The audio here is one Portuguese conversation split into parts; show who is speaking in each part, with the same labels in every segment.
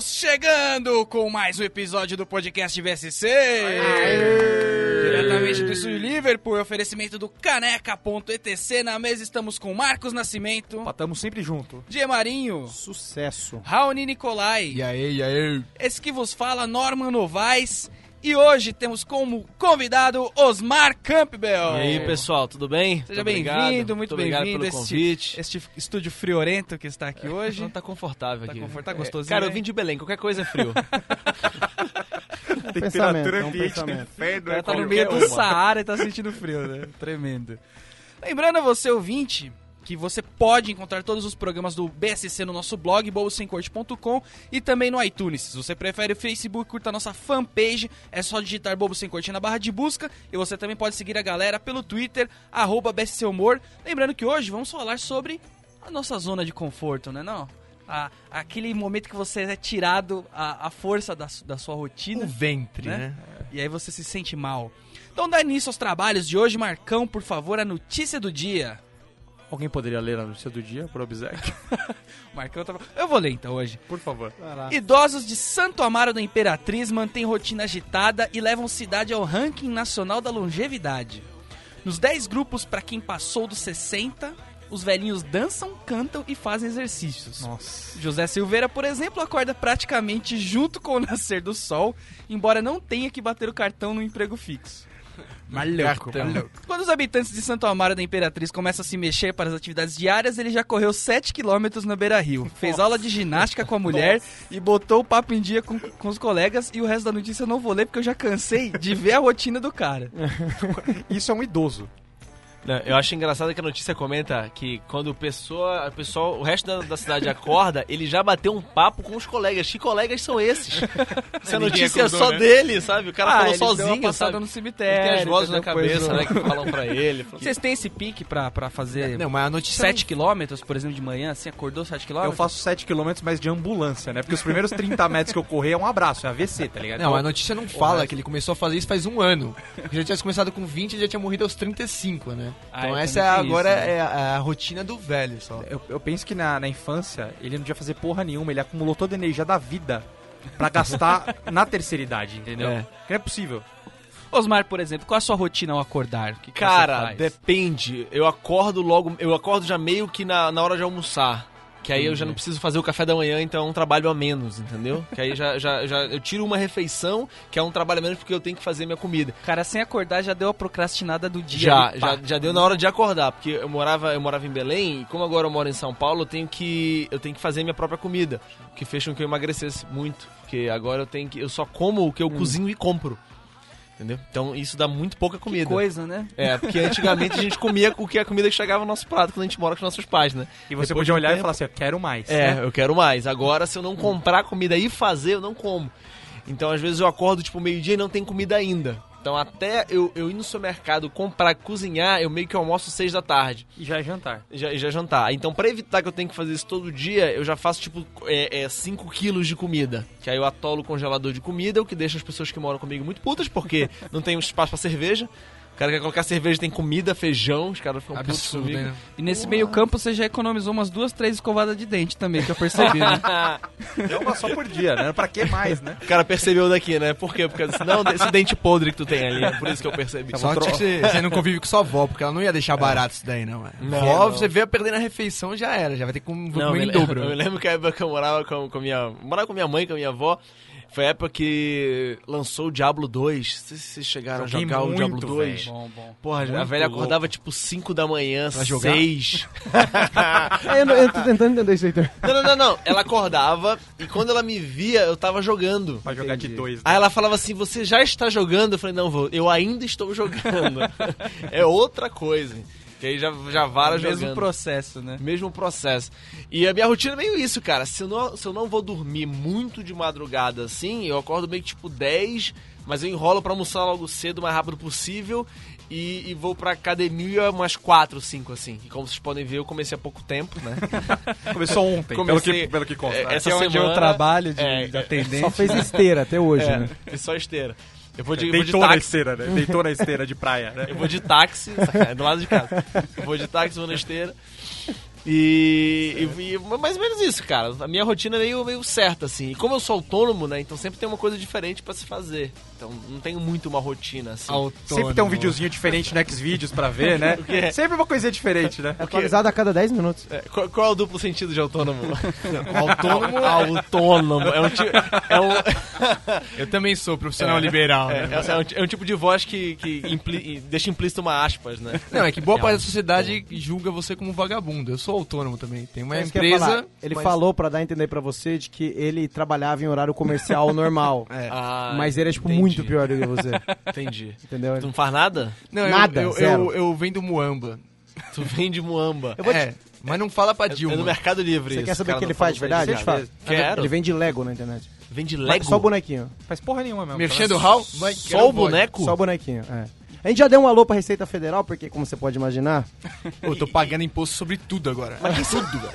Speaker 1: Chegando com mais um episódio do podcast VSC. Diretamente do Estúdio Liverpool, oferecimento do caneca.etc. Na mesa estamos com Marcos Nascimento,
Speaker 2: Estamos sempre junto.
Speaker 1: Die Marinho,
Speaker 2: Sucesso.
Speaker 1: Raoni Nicolai,
Speaker 2: aí, e aí?
Speaker 1: esse que vos fala Norman Novaes. E hoje temos como convidado Osmar Campbell.
Speaker 3: E aí, pessoal, tudo bem?
Speaker 1: É. Seja
Speaker 3: Muito obrigado.
Speaker 1: bem-vindo, muito
Speaker 3: obrigado
Speaker 1: bem-vindo.
Speaker 3: pelo
Speaker 1: este-
Speaker 3: convite.
Speaker 1: Este, estúdio friorento que está aqui hoje.
Speaker 3: Não tá confortável
Speaker 1: Tá
Speaker 3: aqui.
Speaker 1: confortável, tá gostosinho,
Speaker 3: Cara, eu
Speaker 1: né?
Speaker 3: vim de Belém, qualquer coisa é frio.
Speaker 2: Um
Speaker 4: pensamento,
Speaker 2: temperatura
Speaker 4: é um
Speaker 2: ambiente do
Speaker 4: pensamento.
Speaker 2: inferno.
Speaker 3: Cara,
Speaker 2: é
Speaker 3: tá
Speaker 1: Tá no
Speaker 2: qualquer
Speaker 1: meio do
Speaker 3: uma.
Speaker 1: Saara e tá sentindo frio, né? Tremendo. Lembrando a você, ouvinte, que você pode encontrar todos os programas do BSC no nosso blog, bobosemcorte.com e também no iTunes. Se você prefere o Facebook, curta a nossa fanpage, é só digitar Bobo Sem Corte na barra de busca e você também pode seguir a galera pelo Twitter, arroba BSC Humor. Lembrando que hoje vamos falar sobre a nossa zona de conforto, né não? A, aquele momento que você é tirado a, a força da, su- da sua rotina.
Speaker 3: O ventre,
Speaker 1: Né?
Speaker 3: né?
Speaker 1: E aí você se sente mal. Então dá início aos trabalhos de hoje, Marcão, por favor, a notícia do dia.
Speaker 2: Alguém poderia ler a notícia do dia pro Obsec?
Speaker 1: Marcão tava. Eu vou ler então hoje.
Speaker 2: Por favor.
Speaker 4: Vai lá.
Speaker 1: Idosos de Santo Amaro da Imperatriz mantêm rotina agitada e levam cidade ao ranking nacional da longevidade. Nos 10 grupos para quem passou dos 60, os velhinhos dançam, cantam e fazem exercícios.
Speaker 2: Nossa.
Speaker 1: José Silveira, por exemplo, acorda praticamente junto com o nascer do sol, embora não tenha que bater o cartão no emprego fixo.
Speaker 2: Maluco.
Speaker 1: Quando os habitantes de Santo Amaro da Imperatriz começam a se mexer para as atividades diárias, ele já correu 7 km na Beira Rio, fez aula de ginástica com a mulher e botou o papo em dia com, com os colegas. E o resto da notícia eu não vou ler porque eu já cansei de ver a rotina do cara.
Speaker 2: Isso é um idoso.
Speaker 3: Não, eu acho engraçado que a notícia comenta que quando o pessoa, a pessoa, o resto da, da cidade acorda, ele já bateu um papo com os colegas. Que colegas são esses? Essa notícia é
Speaker 2: acordou,
Speaker 3: só
Speaker 2: né?
Speaker 3: dele, sabe? O cara
Speaker 1: Ah,
Speaker 3: falou
Speaker 1: ele deu uma
Speaker 3: sozinho,
Speaker 1: passada
Speaker 3: sabe?
Speaker 1: no
Speaker 3: Ele
Speaker 1: cemitério.
Speaker 3: tem as vozes na
Speaker 1: entendeu? Pois
Speaker 3: cabeça,
Speaker 1: é.
Speaker 3: né, que falam pra ele.
Speaker 1: Vocês têm esse pique pra, pra fazer
Speaker 5: Não, mas a notícia.
Speaker 1: 7 km, por exemplo, de manhã, assim, acordou 7 km?
Speaker 2: Eu faço 7km, mas de ambulância, né? Porque os primeiros 30 metros que eu correr é um abraço, é AVC, tá ligado?
Speaker 5: Não, a notícia não fala que ele começou a fazer isso faz um ano. Ele já tivesse começado com 20, ele já tinha morrido aos 35, né?
Speaker 1: Ah,
Speaker 5: Então
Speaker 1: é,
Speaker 5: essa é
Speaker 1: também tem
Speaker 5: agora
Speaker 1: isso, né?
Speaker 5: é a, a rotina do velho só.
Speaker 2: é- Eu, eu penso que na, na infância ele não devia fazer porra nenhuma, ele acumulou toda a energia da vida pra gastar na terceira idade, entendeu?
Speaker 3: É.
Speaker 2: Que não é possível.
Speaker 1: Osmar, por exemplo, qual a sua rotina ao acordar? O que que você
Speaker 3: Cara,
Speaker 1: faz?
Speaker 3: depende. Eu acordo logo, eu acordo já meio que na, na hora de almoçar. Que aí eu
Speaker 5: Uhum.
Speaker 3: já não preciso fazer o café da manhã, então é um trabalho a menos, entendeu? Que aí já, já, já eu tiro uma refeição, que é um trabalho a menos porque eu tenho que fazer minha comida.
Speaker 1: Cara, sem acordar já deu a procrastinada do dia.
Speaker 3: Já,
Speaker 1: ali, pá.
Speaker 3: já, já deu na hora de acordar, porque eu morava, eu morava em Belém e como agora eu moro em São Paulo, eu tenho que eu tenho que fazer minha própria comida, o que fez com que eu emagrecesse muito, porque agora eu tenho que eu só como o que eu
Speaker 5: Hum.
Speaker 3: cozinho e compro. Entendeu? Então isso dá muito pouca comida.
Speaker 1: Que coisa, né?
Speaker 3: É, porque antigamente a gente comia com o que a comida que chegava no nosso prato quando a gente mora com nossos pais, né?
Speaker 2: E você
Speaker 3: Depois
Speaker 2: podia
Speaker 3: de um
Speaker 2: olhar e
Speaker 3: tempo-
Speaker 2: falar assim, eu quero mais. né?
Speaker 3: É, eu quero mais. Agora, se eu não comprar comida e fazer, eu não como. Então, às vezes, eu acordo, tipo, meio-dia e não tem comida ainda. Então, até eu, eu ir no supermercado comprar, cozinhar, eu meio que almoço seis da tarde.
Speaker 2: E já é jantar.
Speaker 3: E já, e já jantar. Então, pra evitar que eu tenha que fazer isso todo dia, eu já faço, tipo, 5 é, cinco quilos de comida. Que aí eu atolo o congelador de comida, o que deixa as pessoas que moram comigo muito putas, porque não tem um espaço pra cerveja. O cara quer colocar cerveja, tem comida, feijão, os caras ficam putos
Speaker 5: Absurdo,
Speaker 3: comigo.
Speaker 5: né?
Speaker 1: E nesse meio campo você já economizou umas duas, três escovadas de dente também, que eu percebi. né?
Speaker 2: É uma só por dia, né? Pra que mais, né?
Speaker 3: O cara percebeu daqui, né? Por quê? Por causa desse, não, desse dente podre que tu tem ali. É por isso que eu percebi.
Speaker 5: Só que você, você não convive com sua avó, porque ela não ia deixar barato isso daí, não. É.
Speaker 3: Não,
Speaker 5: vó,
Speaker 3: não.
Speaker 5: você vê a perder na refeição, já era. Já vai ter que com-
Speaker 3: Não, é
Speaker 5: comer
Speaker 3: me
Speaker 5: em
Speaker 3: le-
Speaker 5: dobro.
Speaker 3: Eu me lembro que a época que eu morava com, com minha, morava com minha mãe, com a minha avó, foi a época que lançou o Diablo 2. Não sei se vocês chegaram
Speaker 2: Joguei
Speaker 3: a jogar
Speaker 2: muito,
Speaker 3: o Diablo 2.
Speaker 2: velho.
Speaker 1: bom, bom.
Speaker 3: Porra, a
Speaker 2: Muito
Speaker 3: velha acordava tipo 5 da manhã,
Speaker 5: Pra jogar?
Speaker 3: 6.
Speaker 4: É, eu, não- eu tô tentando entender isso aí, Heitor.
Speaker 3: Não, não, não, não. Ela acordava e quando ela me via, eu tava jogando.
Speaker 2: Pra jogar de dois. né?
Speaker 3: Aí ela falava assim: Você já está jogando? Eu falei: Não, vou, eu ainda estou jogando. é outra coisa. Que aí já, já vara
Speaker 1: Mesmo
Speaker 3: jogando.
Speaker 2: Ah,
Speaker 1: processo, né?
Speaker 3: Mesmo processo. E a minha rotina é meio isso, cara. Se eu, não, se eu não vou dormir muito de madrugada assim, eu acordo meio que tipo 10, mas eu enrolo pra almoçar logo cedo, o mais rápido possível. E, e vou pra academia umas 4, 5 assim. E como vocês podem ver, eu comecei há pouco tempo, né?
Speaker 2: Começou ontem,
Speaker 3: Comecei-
Speaker 2: pelo, que, pelo que consta.
Speaker 3: É,
Speaker 2: né?
Speaker 3: essa
Speaker 1: Aqui é onde eu
Speaker 3: semana-
Speaker 1: trabalho de,
Speaker 3: é,
Speaker 1: de
Speaker 3: é,
Speaker 1: atendente.
Speaker 4: Só fez esteira até hoje,
Speaker 3: É,
Speaker 4: né?
Speaker 3: e só esteira. Eu vou de, vou de
Speaker 2: Deitou na
Speaker 3: táxi.
Speaker 2: esteira, né? Deitou na esteira de praia, né?
Speaker 3: Eu vou de táxi, sacanagem, do lado de casa. Eu vou de táxi, vou na esteira. E, e- e- mais ou menos isso, cara. A minha rotina é meio, meio certa, assim. E como eu sou autônomo, né? Então sempre tem uma coisa diferente pra se fazer. Então não tenho muito uma rotina, assim.
Speaker 2: Sempre tem um videozinho diferente no Xvideos pra ver, né?
Speaker 3: quê?
Speaker 2: Sempre uma coisinha diferente, né?
Speaker 4: Atualizado a cada 10 minutos.
Speaker 3: É, qual, qual é o duplo sentido de autônomo? autônomo? autônomo. É um, ti- é um,
Speaker 5: Eu também sou profissional liberal,
Speaker 3: é,
Speaker 5: né?
Speaker 3: é um ti- é um tipo de voz que, que impli- deixa implícito uma aspas, né?
Speaker 5: Não, é que boa parte da sociedade julga você como um vagabundo. Eu sou autônomo também. Tem uma
Speaker 4: É isso que eu ia
Speaker 5: empresa.
Speaker 4: falar. Ele
Speaker 5: mas-
Speaker 4: falou pra dar a entender pra você de que ele trabalhava em horário comercial normal.
Speaker 3: Ah,
Speaker 4: Mas ele é, tipo,
Speaker 3: entendi.
Speaker 4: muito pior do que você.
Speaker 3: Entendi.
Speaker 4: Entendeu?
Speaker 3: Tu não faz nada?
Speaker 5: Não, eu-
Speaker 4: Nada,
Speaker 5: eu, eu,
Speaker 4: zero.
Speaker 5: eu, vendo muamba.
Speaker 3: Tu vende muamba.
Speaker 4: Eu vou te-
Speaker 5: É, mas não fala pra Dilma.
Speaker 3: É no Mercado Livre
Speaker 4: Você
Speaker 3: isso,
Speaker 4: quer saber o
Speaker 3: cara,
Speaker 4: que ele
Speaker 3: não
Speaker 4: faz de
Speaker 3: fala
Speaker 4: verdade? Deixa eu te falar.
Speaker 3: pra gente. Quero.
Speaker 4: Ele vende Lego na internet.
Speaker 3: Vende Lego?
Speaker 4: Só o bonequinho.
Speaker 2: Faz porra nenhuma mesmo. tá?
Speaker 5: Merchan do Hall? Vai, quero
Speaker 3: Só o
Speaker 5: um bode.
Speaker 3: boneco?
Speaker 4: Só o bonequinho, é. A gente já deu um alô pra Receita Federal, porque, como você pode imaginar,
Speaker 5: Eu tô pagando imposto sobre tudo agora. Mas tudo, velho.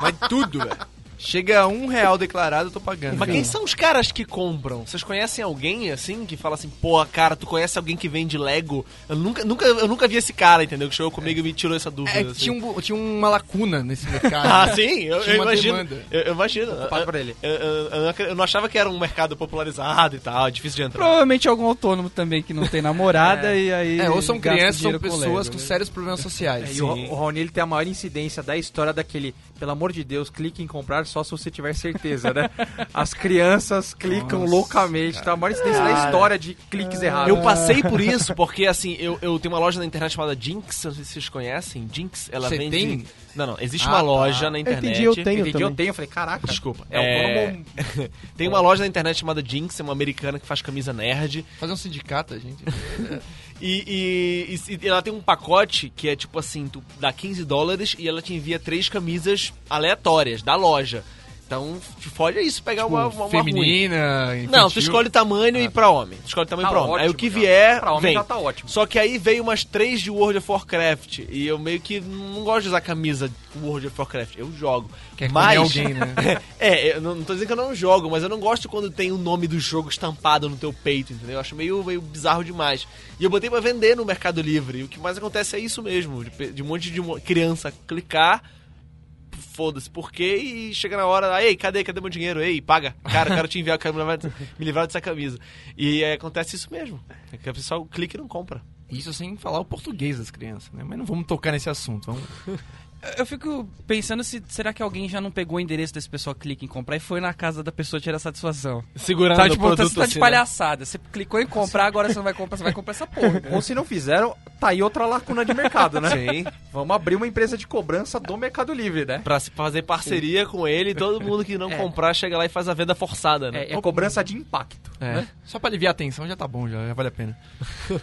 Speaker 5: Mas tudo, velho. Chega a um real declarado, eu tô pagando.
Speaker 3: Mas quem
Speaker 5: cara.
Speaker 3: são os caras que compram? Vocês conhecem alguém assim que fala assim, pô, cara, tu conhece alguém que vende Lego? Eu nunca, nunca, eu nunca vi esse cara, entendeu? Que chegou comigo e me tirou essa dúvida.
Speaker 5: É que
Speaker 3: assim.
Speaker 5: tinha, um, tinha uma lacuna nesse
Speaker 3: Ah,
Speaker 5: mercado.
Speaker 3: sim? Eu,
Speaker 5: Tinha
Speaker 3: eu
Speaker 5: uma
Speaker 3: imagino.
Speaker 5: demanda.
Speaker 3: Eu, eu imagino.
Speaker 2: pago pra ele.
Speaker 3: Eu, eu- eu não acre- eu não achava que era um mercado popularizado e tal, difícil de entrar.
Speaker 1: Provavelmente algum autônomo também que não tem namorada e aí.
Speaker 5: é, ou são
Speaker 1: gasta
Speaker 5: crianças, são
Speaker 1: dinheiro com
Speaker 5: pessoas com,
Speaker 1: Lego, né?
Speaker 5: sérios problemas
Speaker 2: É,
Speaker 5: sociais.
Speaker 2: e o, o Raoni ele tem a maior incidência da história daquele, pelo amor de Deus, clique em comprar só se você tiver certeza, né? As crianças clicam loucamente, tá? A maior incidência da história de cliques errados.
Speaker 3: É. Eu passei por isso porque, assim, eu, eu tenho uma loja na internet chamada Jinx, não sei se vocês conhecem. Jinx, ela
Speaker 5: Você
Speaker 3: vende.
Speaker 5: tem?
Speaker 3: Não, não, existe
Speaker 2: Ah,
Speaker 3: uma
Speaker 2: tá.
Speaker 3: loja na
Speaker 4: eu
Speaker 3: internet.
Speaker 4: entendi, eu tenho
Speaker 2: Entendi,
Speaker 4: também.
Speaker 2: eu tenho, eu falei, caraca. Desculpa. É,
Speaker 3: É.
Speaker 2: autônomo
Speaker 3: Tem uma loja na internet chamada Jinx, é uma americana que faz camisa nerd.
Speaker 5: Fazer um sindicato, gente.
Speaker 3: E, e- e- e ela tem um pacote que é tipo assim, tu dá 15 dólares e ela te envia três camisas aleatórias da loja. Então, te fode é isso, pegar uma, uma, uma ruim.
Speaker 5: Feminina, infantil.
Speaker 3: Não, tu escolhe tamanho e pra homem. Tu escolhe tamanho
Speaker 2: Tá
Speaker 3: pra homem. aí o
Speaker 2: ótimo,
Speaker 3: que
Speaker 2: já.
Speaker 3: vier,
Speaker 2: Pra homem
Speaker 3: vem.
Speaker 2: já tá ótimo.
Speaker 3: Só que aí veio umas três de World of Warcraft. E eu meio que não gosto de usar camisa com World of Warcraft. Eu jogo.
Speaker 5: Quer comer
Speaker 3: mas...
Speaker 5: alguém, né?
Speaker 3: é, eu não, não tô dizendo que eu não jogo, mas eu não gosto quando tem o nome do jogo estampado no teu peito, entendeu? Eu acho meio, meio bizarro demais. E eu botei pra vender no Mercado Livre. E o que mais acontece é isso mesmo. De, pe- de um monte de mo- criança clicar... Foda-se, por quê? E chega na hora, ei, cadê? Cadê meu dinheiro? Ei, paga. Cara, eu quero te enviar, eu quero me livrar, me livrar dessa camisa. E é, acontece isso mesmo. É que o pessoal clica e não compra.
Speaker 5: Isso sem falar o português das crianças, né? Mas não vamos tocar nesse assunto. Vamos...
Speaker 1: Eu fico pensando se será que alguém já não pegou o endereço desse pessoal clica em comprar e foi na casa da pessoa tirar satisfação.
Speaker 3: Segurando assim,
Speaker 1: Tá, tipo, tá, tá
Speaker 3: né?
Speaker 5: assim, né?
Speaker 1: de palhaçada. Você clicou em comprar, agora você não vai comprar, você vai comprar essa porra.
Speaker 2: Ou se não fizeram, tá aí outra lacuna de mercado, né? Sim. Vamos abrir uma empresa de cobrança do Mercado Livre, né?
Speaker 3: Pra se fazer parceria com ele e todo mundo que não
Speaker 2: É.
Speaker 3: comprar chega lá e faz a venda forçada, né?
Speaker 2: É, é cobrança de impacto.
Speaker 5: É. Só pra aliviar a tensão já tá bom, já, já vale a pena.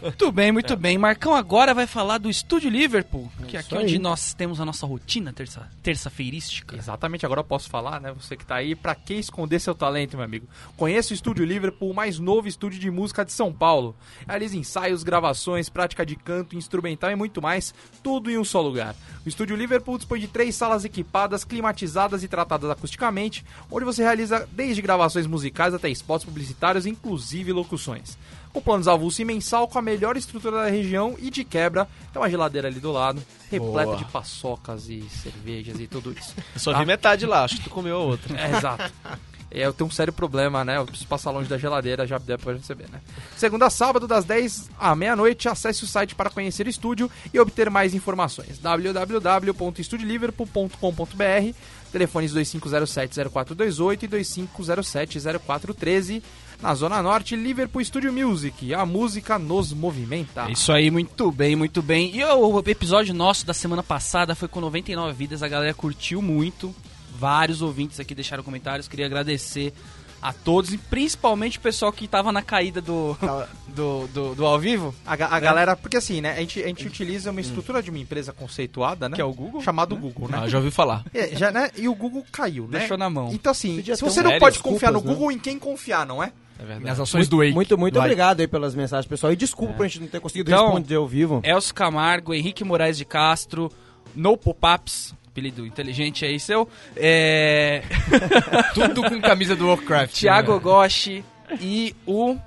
Speaker 1: Muito bem, muito bem. Marcão agora vai falar do Estúdio Liverpool, que é aqui
Speaker 4: aí.
Speaker 1: onde nós temos a nossa rotina terça, terça-feirística.
Speaker 2: Exatamente, agora eu posso falar, né? Você que tá aí, pra que esconder seu talento, meu amigo? Conheça o Estúdio Liverpool, o mais novo estúdio de música de São Paulo. Realiza ensaios, gravações, prática de canto, instrumental e muito mais, tudo em um só lugar. O Estúdio Liverpool dispõe de três salas equipadas, climatizadas e tratadas acusticamente, onde você realiza desde gravações musicais até spots publicitários, inclusive locuções. Com planos avulso e mensal, com a melhor estrutura da região e de quebra, tem uma geladeira ali do lado, repleta
Speaker 3: Boa.
Speaker 2: de paçocas e cervejas e tudo isso.
Speaker 3: Eu só vi metade lá, acho que tu comeu a outra.
Speaker 2: É, exato. É, eu tenho um sério problema, né? Eu preciso passar longe da geladeira, já deu pra perceber, né? Segunda a sábado, das 10 à meia-noite, acesse o site para conhecer o estúdio e obter mais informações. www.estudioliverpool.com.br Telefones 2507-0428 e 2507-0413 Na Zona Norte, Liverpool Studio Music. A música nos movimenta.
Speaker 1: É Isso aí, muito bem, muito bem. E o episódio nosso da semana passada foi com 99 vidas, a galera curtiu muito. Vários ouvintes aqui deixaram comentários, queria agradecer a todos e principalmente o pessoal que tava na caída do,
Speaker 2: Tá.
Speaker 1: do, do, do ao vivo,
Speaker 2: A, ga- a galera, porque assim, né? A gente, a gente utiliza uma estrutura de uma empresa conceituada, né?
Speaker 1: que é o Google.
Speaker 2: Chamado Google, né?
Speaker 3: já ouvi falar.
Speaker 2: É, já, né? E o Google caiu, né?
Speaker 1: Deixou na mão.
Speaker 2: Então, assim,
Speaker 4: Podia
Speaker 2: se
Speaker 4: ter
Speaker 2: você
Speaker 4: um-
Speaker 2: não
Speaker 4: Sérias
Speaker 2: pode confiar no
Speaker 4: culpas, né?
Speaker 2: Google, em quem confiar, não é?
Speaker 5: Nas ações do Wake.
Speaker 4: Muito, muito
Speaker 5: Vai.
Speaker 4: obrigado aí pelas mensagens, pessoal. E desculpa por a gente não ter conseguido
Speaker 1: Então-
Speaker 4: responder ao vivo.
Speaker 1: Elcio Camargo, Henrique Moraes de Castro, No Pop-Ups, apelido inteligente aí seu, é,
Speaker 5: Tudo com camisa do Warcraft.
Speaker 1: Thiago
Speaker 2: É.
Speaker 5: né?
Speaker 1: Goshi e o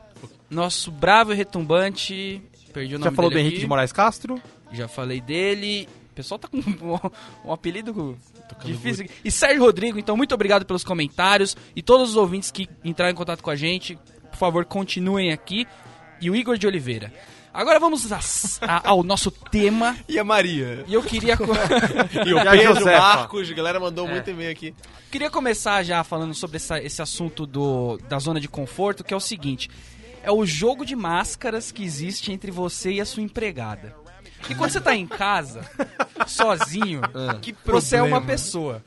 Speaker 1: nosso bravo e retumbante, perdi o nome
Speaker 2: Já falou do
Speaker 1: dele
Speaker 2: Henrique
Speaker 1: aqui.
Speaker 2: de Moraes Castro?
Speaker 1: Já falei dele. pessoal tá com um, um apelido difícil. aqui. E Sérgio Rodrigo, então, muito obrigado pelos comentários e todos os ouvintes que entraram em contato com a gente. Por favor, continuem aqui. E o Igor de Oliveira. Agora vamos às- a- ao nosso tema.
Speaker 5: E a Maria?
Speaker 1: E eu queria, co-
Speaker 3: E o
Speaker 2: E a
Speaker 3: Pedro,
Speaker 2: Josefa?
Speaker 3: Marcos, a galera mandou
Speaker 2: É.
Speaker 3: muito e-mail aqui.
Speaker 1: queria começar já falando sobre essa- esse assunto do, da zona de conforto, que é o seguinte: é o jogo de máscaras que existe entre você e a sua empregada. E quando você tá em casa, sozinho, que você é uma pessoa,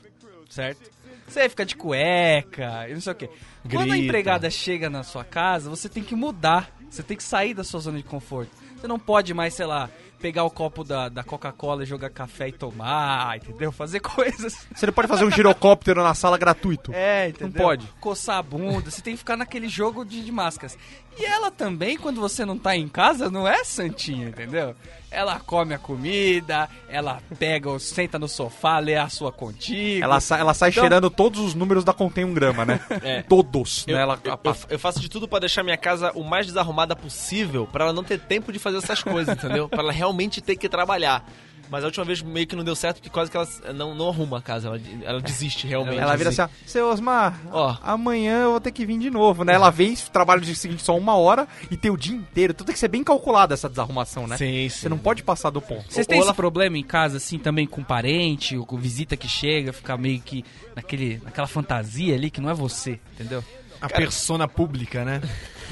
Speaker 1: certo? Você fica de cueca e não sei o quê. Quando a
Speaker 3: Grita.
Speaker 1: empregada chega na sua casa, você tem que mudar. Você tem que sair da sua zona de conforto. Você não pode mais, sei lá, pegar o copo da, da Coca-Cola e jogar café e tomar, entendeu? Fazer coisas.
Speaker 2: Você não pode fazer um girocóptero na sala gratuito.
Speaker 1: É, entendeu?
Speaker 2: Tipo, Não pode.
Speaker 1: Coçar a bunda, você tem que ficar naquele jogo de, de máscaras. E ela também, quando você não tá em casa, não é santinha, entendeu? Ela come a comida, ela pega ou senta no sofá, lê a sua contigo.
Speaker 2: Ela, sa- ela sai
Speaker 1: Então-
Speaker 2: cheirando todos os números da Contém um Grama, né?
Speaker 3: É.
Speaker 2: Todos.
Speaker 3: Eu,
Speaker 2: né? Ela,
Speaker 3: eu-
Speaker 2: a- a-
Speaker 3: eu- eu faço de tudo pra deixar minha casa o mais desarrumada possível, pra ela não ter tempo de fazer essas coisas, entendeu? Pra ela realmente ter que trabalhar. Mas a última vez meio que não deu certo, porque quase que ela eh, não, não arruma a casa, ela, ela desiste realmente.
Speaker 2: ela vira assim, ó, seu Osmar,
Speaker 3: Ó.
Speaker 2: amanhã eu vou ter que vir de novo, né? Ela vem, trabalha no dia seguinte só uma hora e tem o dia inteiro. Então tem que ser bem calculada essa desarrumação, né?
Speaker 3: Sim, sim.
Speaker 2: Você não pode passar do ponto.
Speaker 1: Vocês têm
Speaker 3: Olá.
Speaker 1: esse problema em casa, assim, também com parente, ou com visita que chega, ficar meio que naquele, naquela fantasia ali que não é você, entendeu?
Speaker 5: A persona pública, né?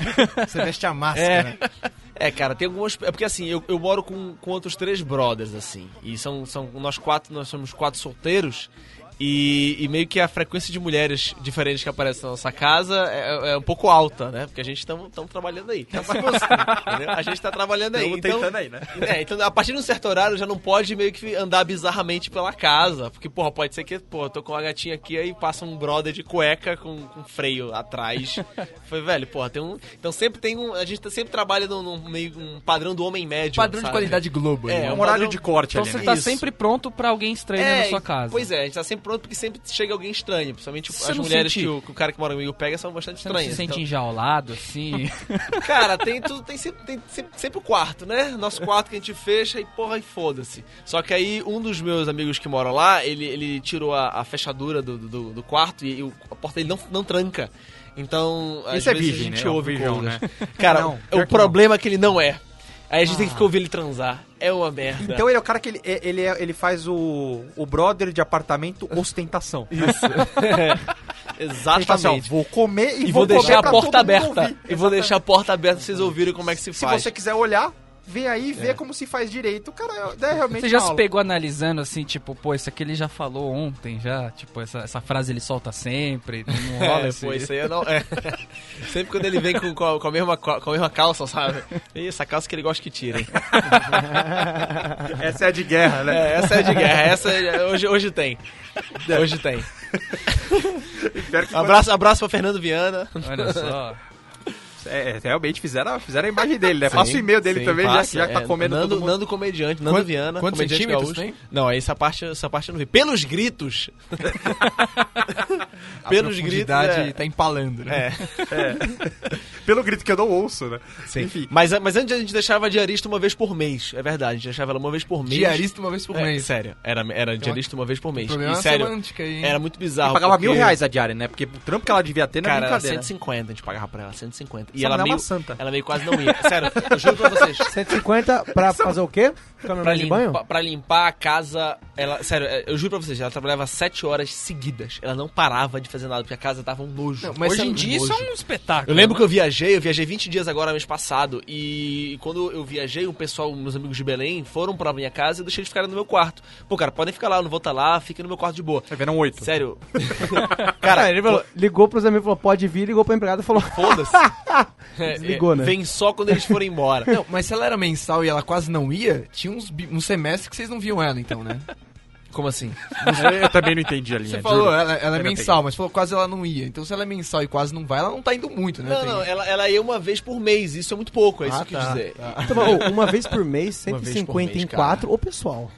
Speaker 5: Você veste a máscara.
Speaker 3: É, cara, tem algumas. É porque assim, eu, eu moro com, com outros três brothers, assim. E são, são. Nós quatro, nós somos quatro solteiros. E, e meio que a frequência de mulheres diferentes que aparecem na nossa casa é, é um pouco alta, né? Porque a gente estamos trabalhando aí. Tá bagunçando, entendeu? a gente tá trabalhando aí. Então,
Speaker 2: aí, né?
Speaker 3: é, então, a partir de um certo horário já não pode meio que andar bizarramente pela casa. Porque, porra, pode ser que, pô, eu tô com uma gatinha aqui aí passa um brother de cueca com, com freio atrás. Foi, velho, porra, tem um. Então sempre tem um. A gente tá- sempre trabalha num, num meio um padrão do homem médio.
Speaker 5: Padrão de
Speaker 3: sabe?
Speaker 5: qualidade Globo. né?
Speaker 3: É,
Speaker 5: irmão.
Speaker 2: É um
Speaker 3: Mas
Speaker 2: horário
Speaker 3: eu-
Speaker 2: de corte
Speaker 1: Então
Speaker 2: ali,
Speaker 1: você
Speaker 2: né?
Speaker 1: tá
Speaker 3: Isso.
Speaker 1: sempre pronto pra alguém estranho na sua casa.
Speaker 3: Pois é, a gente tá sempre pronto porque sempre chega alguém estranho. Principalmente
Speaker 1: Você
Speaker 3: as
Speaker 1: não
Speaker 3: mulheres
Speaker 1: sente-
Speaker 3: que o, que o cara que mora comigo pega são bastante
Speaker 1: Você não
Speaker 3: estranhas.
Speaker 1: se sente
Speaker 3: então-
Speaker 1: enjaulado, assim.
Speaker 3: Cara, tem tudo, tem sempre, tem sempre, sempre o quarto, né? Nosso quarto que a gente fecha e porra, e foda-se. Só que aí um dos meus amigos que moram lá, ele, ele tirou a, a fechadura do, do, do quarto e, e o- a porta ele não, não tranca. Então, às
Speaker 2: Isso é
Speaker 3: vezes
Speaker 2: virgem,
Speaker 3: a gente
Speaker 2: né? É um
Speaker 3: ouve
Speaker 2: virgão,
Speaker 3: coisas.
Speaker 2: né?
Speaker 3: Cara,
Speaker 2: Não, pior
Speaker 3: o
Speaker 2: que não.
Speaker 3: problema é que ele não é. Aí a gente tem que ficar ouvindo ele transar. É uma merda.
Speaker 2: Então ele é o cara que ele, é- ele, é- ele faz o, o brother de apartamento ostentação.
Speaker 3: Isso.
Speaker 2: Ele fala assim, ó,
Speaker 3: Exatamente.
Speaker 2: vou comer e,
Speaker 3: E vou
Speaker 2: comer
Speaker 3: deixar a
Speaker 2: pra todo
Speaker 3: porta
Speaker 2: mundo
Speaker 3: aberta.
Speaker 2: ouvir.
Speaker 3: E vou deixar a porta aberta pra vocês ouvirem como é que se,
Speaker 2: Se
Speaker 3: faz. É.
Speaker 2: você quiser olhar, vê aí, vê como se faz direito. Cara, é, é realmente
Speaker 1: Você já
Speaker 2: uma
Speaker 1: se
Speaker 2: aula.
Speaker 1: pegou analisando assim, tipo, pô, isso aqui ele já falou ontem, já, tipo, essa, essa frase ele solta sempre, não rola
Speaker 3: É,
Speaker 1: esse-
Speaker 3: pô, isso aí eu não. é. Sempre quando ele vem com, com, a, com a mesma, co- com a mesma calça, sabe? Ih, essa calça que ele gosta que tirem.
Speaker 2: Essa é a de guerra, né?
Speaker 3: É, essa é de guerra, essa é- hoje, hoje tem. Hoje tem. Abraço, abraço pra Fernando Viana.
Speaker 1: Olha só.
Speaker 2: É, é, realmente fizeram, fizeram a imagem dele, né? Passa o e-mail dele
Speaker 3: Sim,
Speaker 2: também,
Speaker 3: passa,
Speaker 2: já, já que tá
Speaker 3: é,
Speaker 2: comendo
Speaker 3: Nando,
Speaker 2: todo mundo.
Speaker 3: Nando comediante, Nando
Speaker 5: Quanto-
Speaker 3: Viana.
Speaker 5: quantos
Speaker 3: comediante
Speaker 5: centímetros tem?
Speaker 3: Não, aí essa parte, essa parte eu não vi. Pelos gritos.
Speaker 5: A
Speaker 3: Pelos gritos.
Speaker 5: profundidade
Speaker 3: é.
Speaker 5: tá empalando, né?
Speaker 3: É.
Speaker 2: Pelo grito que eu não ouço, né?
Speaker 3: Enfim. Mas, mas antes a gente deixava a diarista uma vez por mês. É verdade, a gente deixava ela uma vez por mês.
Speaker 5: Diarista uma vez por
Speaker 3: É,
Speaker 5: mês.
Speaker 3: Sério, era, era diarista uma vez por
Speaker 5: O
Speaker 3: mês.
Speaker 5: problema
Speaker 3: E
Speaker 5: é a
Speaker 3: sério,
Speaker 5: semântica aí. hein?
Speaker 3: era muito bizarro.
Speaker 2: pagava
Speaker 3: porque-
Speaker 2: mil reais a diária, né? Porque o trampo que ela devia ter não é
Speaker 3: Cara, era
Speaker 2: brincadeira.
Speaker 3: 150, a gente pagava pra ela, 150. E
Speaker 2: Essa
Speaker 3: ela
Speaker 2: mulher é
Speaker 3: meio,
Speaker 2: uma santa.
Speaker 3: ela meio quase não ia. Sério, eu juro pra vocês.
Speaker 4: 150 pra fazer o quê? Ficar no
Speaker 3: Pra,
Speaker 4: de
Speaker 3: lim-
Speaker 4: banho?
Speaker 3: pa- pra limpar a casa, ela, sério, é, eu juro pra vocês, ela trabalhava 7 horas seguidas. Ela não parava de fazer nada, porque a casa tava um nojo.
Speaker 5: Não, mas
Speaker 1: Hoje em
Speaker 5: sabe-
Speaker 1: dia isso é um espetáculo.
Speaker 3: Eu lembro que eu viajei, eu viajei 20 dias agora mês passado, e quando eu viajei, o pessoal, meus amigos de Belém, foram pra minha casa e eu deixei eles ficarem no meu quarto. Pô, cara, podem ficar lá, eu não vou estar lá, fiquem no meu quarto de boa.
Speaker 2: Tiveram oito.
Speaker 3: Sério. cara, ele falou,
Speaker 4: Ah, Ligou pros amigos e falou, pode vir, ligou pra empregada e falou,
Speaker 3: foda-se. É,
Speaker 4: Desligou,
Speaker 3: é,
Speaker 4: né?
Speaker 3: Vem só quando eles forem embora.
Speaker 5: Não, mas se ela era mensal e ela quase não ia, tinha uns bi- um semestre que vocês não viam ela, então, né?
Speaker 3: Como assim?
Speaker 2: Eu também não entendi a linha.
Speaker 5: Você
Speaker 2: juro.
Speaker 5: falou, ela, ela é
Speaker 2: Eu não
Speaker 5: mensal, mas falou quase ela não ia. Então se ela é mensal e quase não vai, ela não tá indo muito, né?
Speaker 3: Não,
Speaker 5: Tem-
Speaker 3: não, é- ela, ela ia uma vez por mês, isso é muito pouco, é isso
Speaker 5: Ah,
Speaker 3: que eu
Speaker 5: tá,
Speaker 3: quis dizer.
Speaker 4: Então, ô, uma vez por mês,
Speaker 5: Uma vez por
Speaker 4: 150
Speaker 5: mês,
Speaker 4: em
Speaker 5: cara.
Speaker 4: 4, ô pessoal.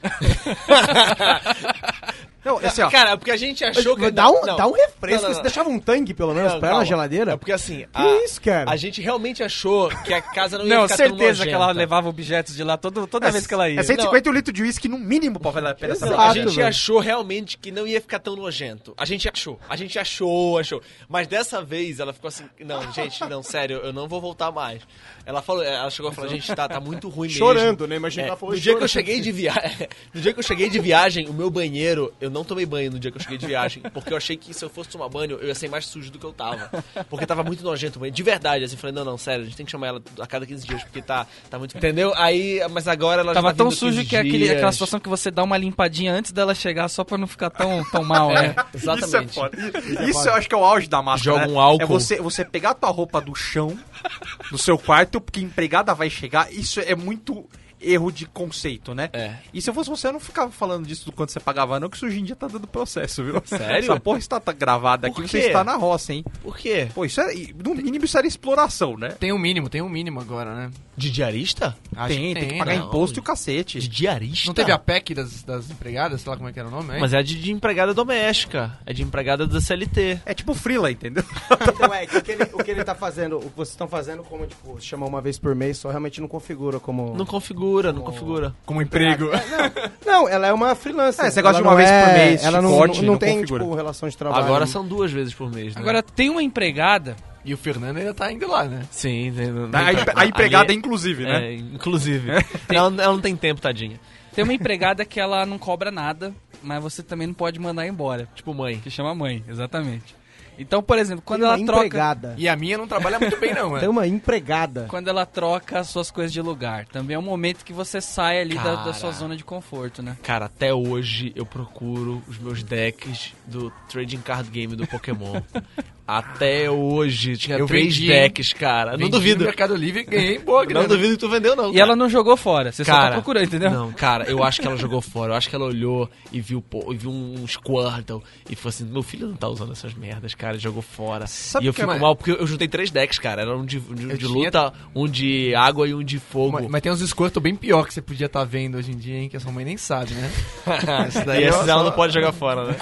Speaker 2: Não, assim, ó.
Speaker 3: Cara, porque a gente achou que.
Speaker 4: dá, um,
Speaker 3: não.
Speaker 4: dá um refresco.
Speaker 3: Não, não,
Speaker 4: Você
Speaker 3: não.
Speaker 4: deixava um tangue, pelo menos,
Speaker 3: Não,
Speaker 4: pra ela na
Speaker 3: calma.
Speaker 4: geladeira?
Speaker 3: É porque assim,
Speaker 4: Que
Speaker 3: a,
Speaker 4: isso, cara?
Speaker 3: a gente realmente achou que a casa não ia
Speaker 1: Não,
Speaker 3: ficar tão
Speaker 1: certeza que ela
Speaker 3: nojenta.
Speaker 1: levava objetos de lá todo, toda vez que ela ia.
Speaker 2: É 150 litros de uísque no mínimo pra valer a pena essa
Speaker 4: Exato.
Speaker 3: a
Speaker 2: viagem.
Speaker 3: gente
Speaker 4: velho.
Speaker 3: achou realmente que não ia ficar tão nojento. A gente achou. A gente achou, achou. Mas dessa vez ela ficou assim, não, gente, não, sério, eu não vou voltar mais. Ela falou, ela chegou a falar, gente, tá, tá muito ruim mesmo.
Speaker 4: Chorando, né? Imagina
Speaker 3: É,
Speaker 4: que ela falou
Speaker 3: no dia que eu
Speaker 4: chorando.
Speaker 3: cheguei de viagem, no dia que eu cheguei de viagem, o meu banheiro, eu não tomei banho no dia que eu cheguei de viagem, porque eu achei que se eu fosse tomar banho, eu ia ser mais sujo do que eu tava, porque tava muito nojento o banheiro, de verdade, assim, falei, não, não, sério, a gente tem que chamar ela a cada 15 dias, porque tá, tá muito, entendeu? Aí, mas agora ela já
Speaker 1: Tava
Speaker 3: tá
Speaker 1: tão
Speaker 3: vindo
Speaker 1: sujo
Speaker 3: 15
Speaker 1: que é aquele, aquela
Speaker 3: dias.
Speaker 1: situação que você dá uma limpadinha antes dela chegar, só pra não ficar tão, tão mal, né?
Speaker 3: Exatamente.
Speaker 2: Isso é foda. Isso eu acho que é o auge da máscara.
Speaker 3: Joga
Speaker 2: né?
Speaker 3: um álcool.
Speaker 2: É você, você pegar a tua roupa do chão, do seu quarto, porque empregada vai chegar. Isso é muito erro de conceito, né?
Speaker 3: É.
Speaker 2: E se eu fosse você, eu não ficava falando disso do quanto você pagava, não, que isso hoje em dia tá dando processo, viu?
Speaker 3: Sério?
Speaker 2: Essa porra está tá gravada aqui,
Speaker 3: Por
Speaker 2: você
Speaker 3: quê?
Speaker 2: está na roça, hein?
Speaker 3: Por quê?
Speaker 2: Pô, isso é. No mínimo isso era exploração, né?
Speaker 5: Tem um mínimo, tem um mínimo agora, né?
Speaker 3: De diarista?
Speaker 5: Acho
Speaker 2: tem, tem que pagar
Speaker 5: não.
Speaker 2: imposto e o cacete.
Speaker 3: De diarista?
Speaker 5: Não teve a PEC das, das empregadas, sei lá como é que era o nome, hein?
Speaker 3: Mas é de, de empregada doméstica. É de empregada da CLT.
Speaker 2: É tipo frila, entendeu?
Speaker 4: Então, é, que o que, ele, o que ele tá fazendo, o que vocês estão fazendo, como, tipo, chamar uma vez por mês, só realmente não configura como...
Speaker 3: Não configura, não configura.
Speaker 5: Como emprego.
Speaker 4: Não, ela é uma freelancer.
Speaker 2: É, você gosta de
Speaker 4: Ela
Speaker 2: uma
Speaker 4: não
Speaker 2: vez por mês,
Speaker 4: Ela não,
Speaker 2: chicote,
Speaker 4: não, não
Speaker 2: não
Speaker 4: tem,
Speaker 2: configura.
Speaker 4: tipo, relação de trabalho.
Speaker 3: Agora são duas vezes por mês, né?
Speaker 1: Agora, tem uma empregada
Speaker 5: E o Fernando ainda tá indo lá, né? É.
Speaker 3: Sim, tem- não-
Speaker 2: A,
Speaker 3: não-
Speaker 2: a empregada,
Speaker 3: ali-
Speaker 2: inclusive, né?
Speaker 3: é, inclusive. ela, ela não tem tempo, tadinha.
Speaker 1: Tem uma empregada que ela não cobra nada, mas você também não pode mandar embora.
Speaker 3: Tipo mãe.
Speaker 1: Que chama mãe, exatamente. Então, por exemplo, quando
Speaker 4: Tem
Speaker 1: ela
Speaker 4: uma
Speaker 1: troca.
Speaker 4: empregada.
Speaker 5: E a minha não trabalha muito bem, não, né?
Speaker 4: Tem
Speaker 5: mano.
Speaker 4: uma empregada.
Speaker 1: Quando ela troca as suas coisas de lugar. Também é um momento que você sai ali da, da sua zona de conforto, né?
Speaker 3: Cara, até hoje eu procuro os meus decks do Trading Card Game do Pokémon. até hoje. Tinha
Speaker 5: Eu
Speaker 3: três
Speaker 5: vendi, hein?
Speaker 3: decks, cara. Não
Speaker 5: Vendi
Speaker 3: duvido.
Speaker 5: No Mercado Livre e ganhei boa grana.
Speaker 3: Não duvido que tu vendeu, não.
Speaker 1: E ela não jogou fora, você só tá procurando, entendeu?
Speaker 3: Não, cara, eu acho que ela jogou fora. Eu acho que ela olhou e viu, pô, e viu um Squirtle e falou assim: meu filho não tá usando essas merdas, cara, e jogou fora.
Speaker 5: Sabe
Speaker 3: e eu
Speaker 5: que é
Speaker 3: fico
Speaker 5: uma-
Speaker 3: mal, porque eu juntei três decks, cara. Era um de, um de-
Speaker 5: Eu
Speaker 3: de
Speaker 5: tinha-
Speaker 3: luta, um de água e um de fogo.
Speaker 5: Mas, mas tem uns escortos bem pior que você podia estar vendo hoje em dia, hein? Que a sua mãe nem sabe, né? Esse
Speaker 3: e esses
Speaker 5: é
Speaker 3: ela
Speaker 5: só-
Speaker 3: não pode jogar fora, né?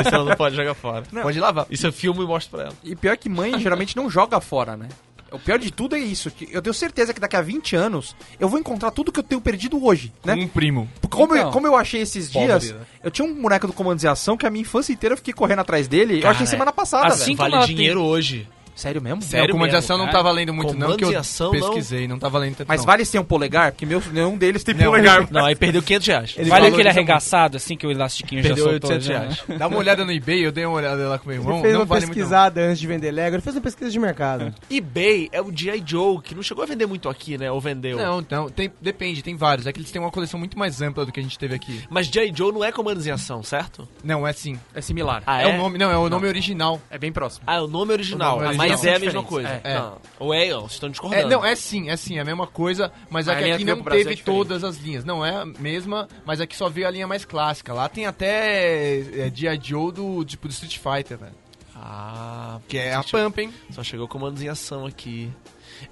Speaker 3: Esse ela não pode jogar fora.
Speaker 5: Pode lavar.
Speaker 3: Isso eu filmo e mostro pra ela.
Speaker 2: E pior que mãe geralmente não joga fora, né? O pior de tudo é isso. que Eu tenho certeza que daqui a 20 anos eu vou encontrar tudo que eu tenho perdido hoje, né?
Speaker 5: Um primo.
Speaker 2: Porque Como, eu,
Speaker 1: Então.
Speaker 2: como eu achei esses
Speaker 5: Pobre,
Speaker 2: dias,
Speaker 5: né?
Speaker 2: eu tinha um boneco do Comando de Ação que a minha infância inteira eu fiquei correndo atrás dele. eu
Speaker 3: Cara,
Speaker 2: achei semana passada,
Speaker 1: assim-
Speaker 2: velho.
Speaker 1: como
Speaker 3: vale
Speaker 1: ela tem-
Speaker 3: dinheiro hoje.
Speaker 2: Sério mesmo?
Speaker 3: Sério
Speaker 5: não, comando de
Speaker 3: mesmo,
Speaker 5: ação não
Speaker 1: cara.
Speaker 5: tá valendo muito, não,
Speaker 3: Comando
Speaker 5: que eu
Speaker 3: de ação, não.
Speaker 5: pesquisei, não. tá valendo tanto.
Speaker 2: Mas
Speaker 5: não.
Speaker 2: vale sem um polegar? Porque meus, nenhum deles tem
Speaker 5: Não.
Speaker 2: polegar.
Speaker 3: Não, aí perdeu 500 reais.
Speaker 1: vale
Speaker 5: Ele valoriza
Speaker 1: aquele
Speaker 5: muito.
Speaker 1: arregaçado, assim, que o elastiquinho
Speaker 3: perdeu
Speaker 1: já soltou.
Speaker 3: 800
Speaker 1: já, né?
Speaker 3: reais.
Speaker 5: Dá uma olhada no eBay, eu dei uma olhada lá com meu irmão.
Speaker 4: Ele fez
Speaker 5: não
Speaker 4: uma
Speaker 5: vale muito. não.
Speaker 4: pesquisada antes de vender Lego. Ele fez uma pesquisa de mercado.
Speaker 3: eBay é o G.I. Joe, que não chegou a vender muito aqui, né? Ou vendeu.
Speaker 5: Não, não, tem, depende, tem vários. É que eles têm uma coleção muito mais ampla do que a gente teve aqui.
Speaker 3: Mas G.I. Joe não é comandos em ação, certo?
Speaker 5: Não, é sim.
Speaker 2: É similar.
Speaker 3: Ah,
Speaker 5: é? o nome, não, é o nome original.
Speaker 2: É bem próximo.
Speaker 3: Ah, é o nome original,
Speaker 5: O nome
Speaker 3: ah,
Speaker 5: original.
Speaker 3: mas é a
Speaker 2: São
Speaker 3: mesma
Speaker 2: diferentes,
Speaker 3: coisa.
Speaker 5: é.
Speaker 3: Não. Ou é, ó, vocês estão discordando.
Speaker 5: É, não, é sim, é sim, é a mesma coisa, mas
Speaker 2: A
Speaker 5: é que
Speaker 2: linha
Speaker 5: aqui
Speaker 2: que veio
Speaker 5: não
Speaker 2: pro Brasil é
Speaker 5: teve
Speaker 2: diferente.
Speaker 5: todas as linhas. Não é a mesma, mas aqui só veio a linha mais clássica. Lá tem até é, G.I. Joe do tipo do Street Fighter, né?
Speaker 3: Ah,
Speaker 5: Que é a Pump, hein?
Speaker 3: só chegou comandos em ação aqui.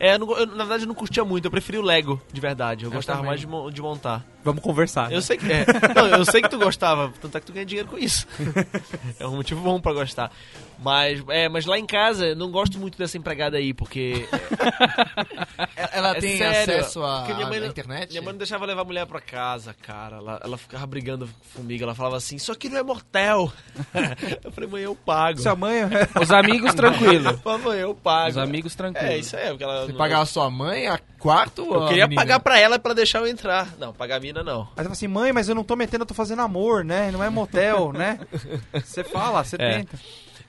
Speaker 3: É, eu não go- eu, na verdade eu não curtia muito, eu preferi o Lego, de verdade. Eu, gostava
Speaker 5: também. Ah,
Speaker 3: mais de, mon- de montar.
Speaker 2: Vamos conversar. né?
Speaker 3: Eu sei que é. não, eu sei que tu gostava, tanto é que tu ganha dinheiro com isso. é um motivo bom pra gostar. Mas, é, mas lá em casa, eu não gosto muito dessa empregada aí, porque
Speaker 5: Ela, ela
Speaker 3: É
Speaker 5: Ah, tem
Speaker 3: sério,
Speaker 5: acesso à,
Speaker 3: porque minha mãe
Speaker 5: à
Speaker 3: não-
Speaker 5: internet?
Speaker 3: Minha mãe não deixava levar a mulher pra casa, cara. Ela, ela ficava brigando comigo. Ela falava assim: Isso aqui não é motel. eu falei: Mãe, eu pago.
Speaker 2: Sua mãe...
Speaker 1: Os amigos,
Speaker 3: um
Speaker 1: tranquilo.
Speaker 3: Falei, Mãe, eu pago.
Speaker 1: Os amigos, tranquilo.
Speaker 3: É, isso aí. Porque ela,
Speaker 5: Você
Speaker 3: não-
Speaker 5: pagava a sua mãe a quarto ou
Speaker 3: Eu
Speaker 5: a
Speaker 3: queria
Speaker 5: menina?
Speaker 3: pagar pra ela pra deixar eu entrar. Não, pagar a mina não.
Speaker 2: Aí você fala assim, mãe, mas eu não tô metendo, eu tô fazendo amor, né? Não é motel, né? Você fala, você
Speaker 3: É.
Speaker 2: tenta.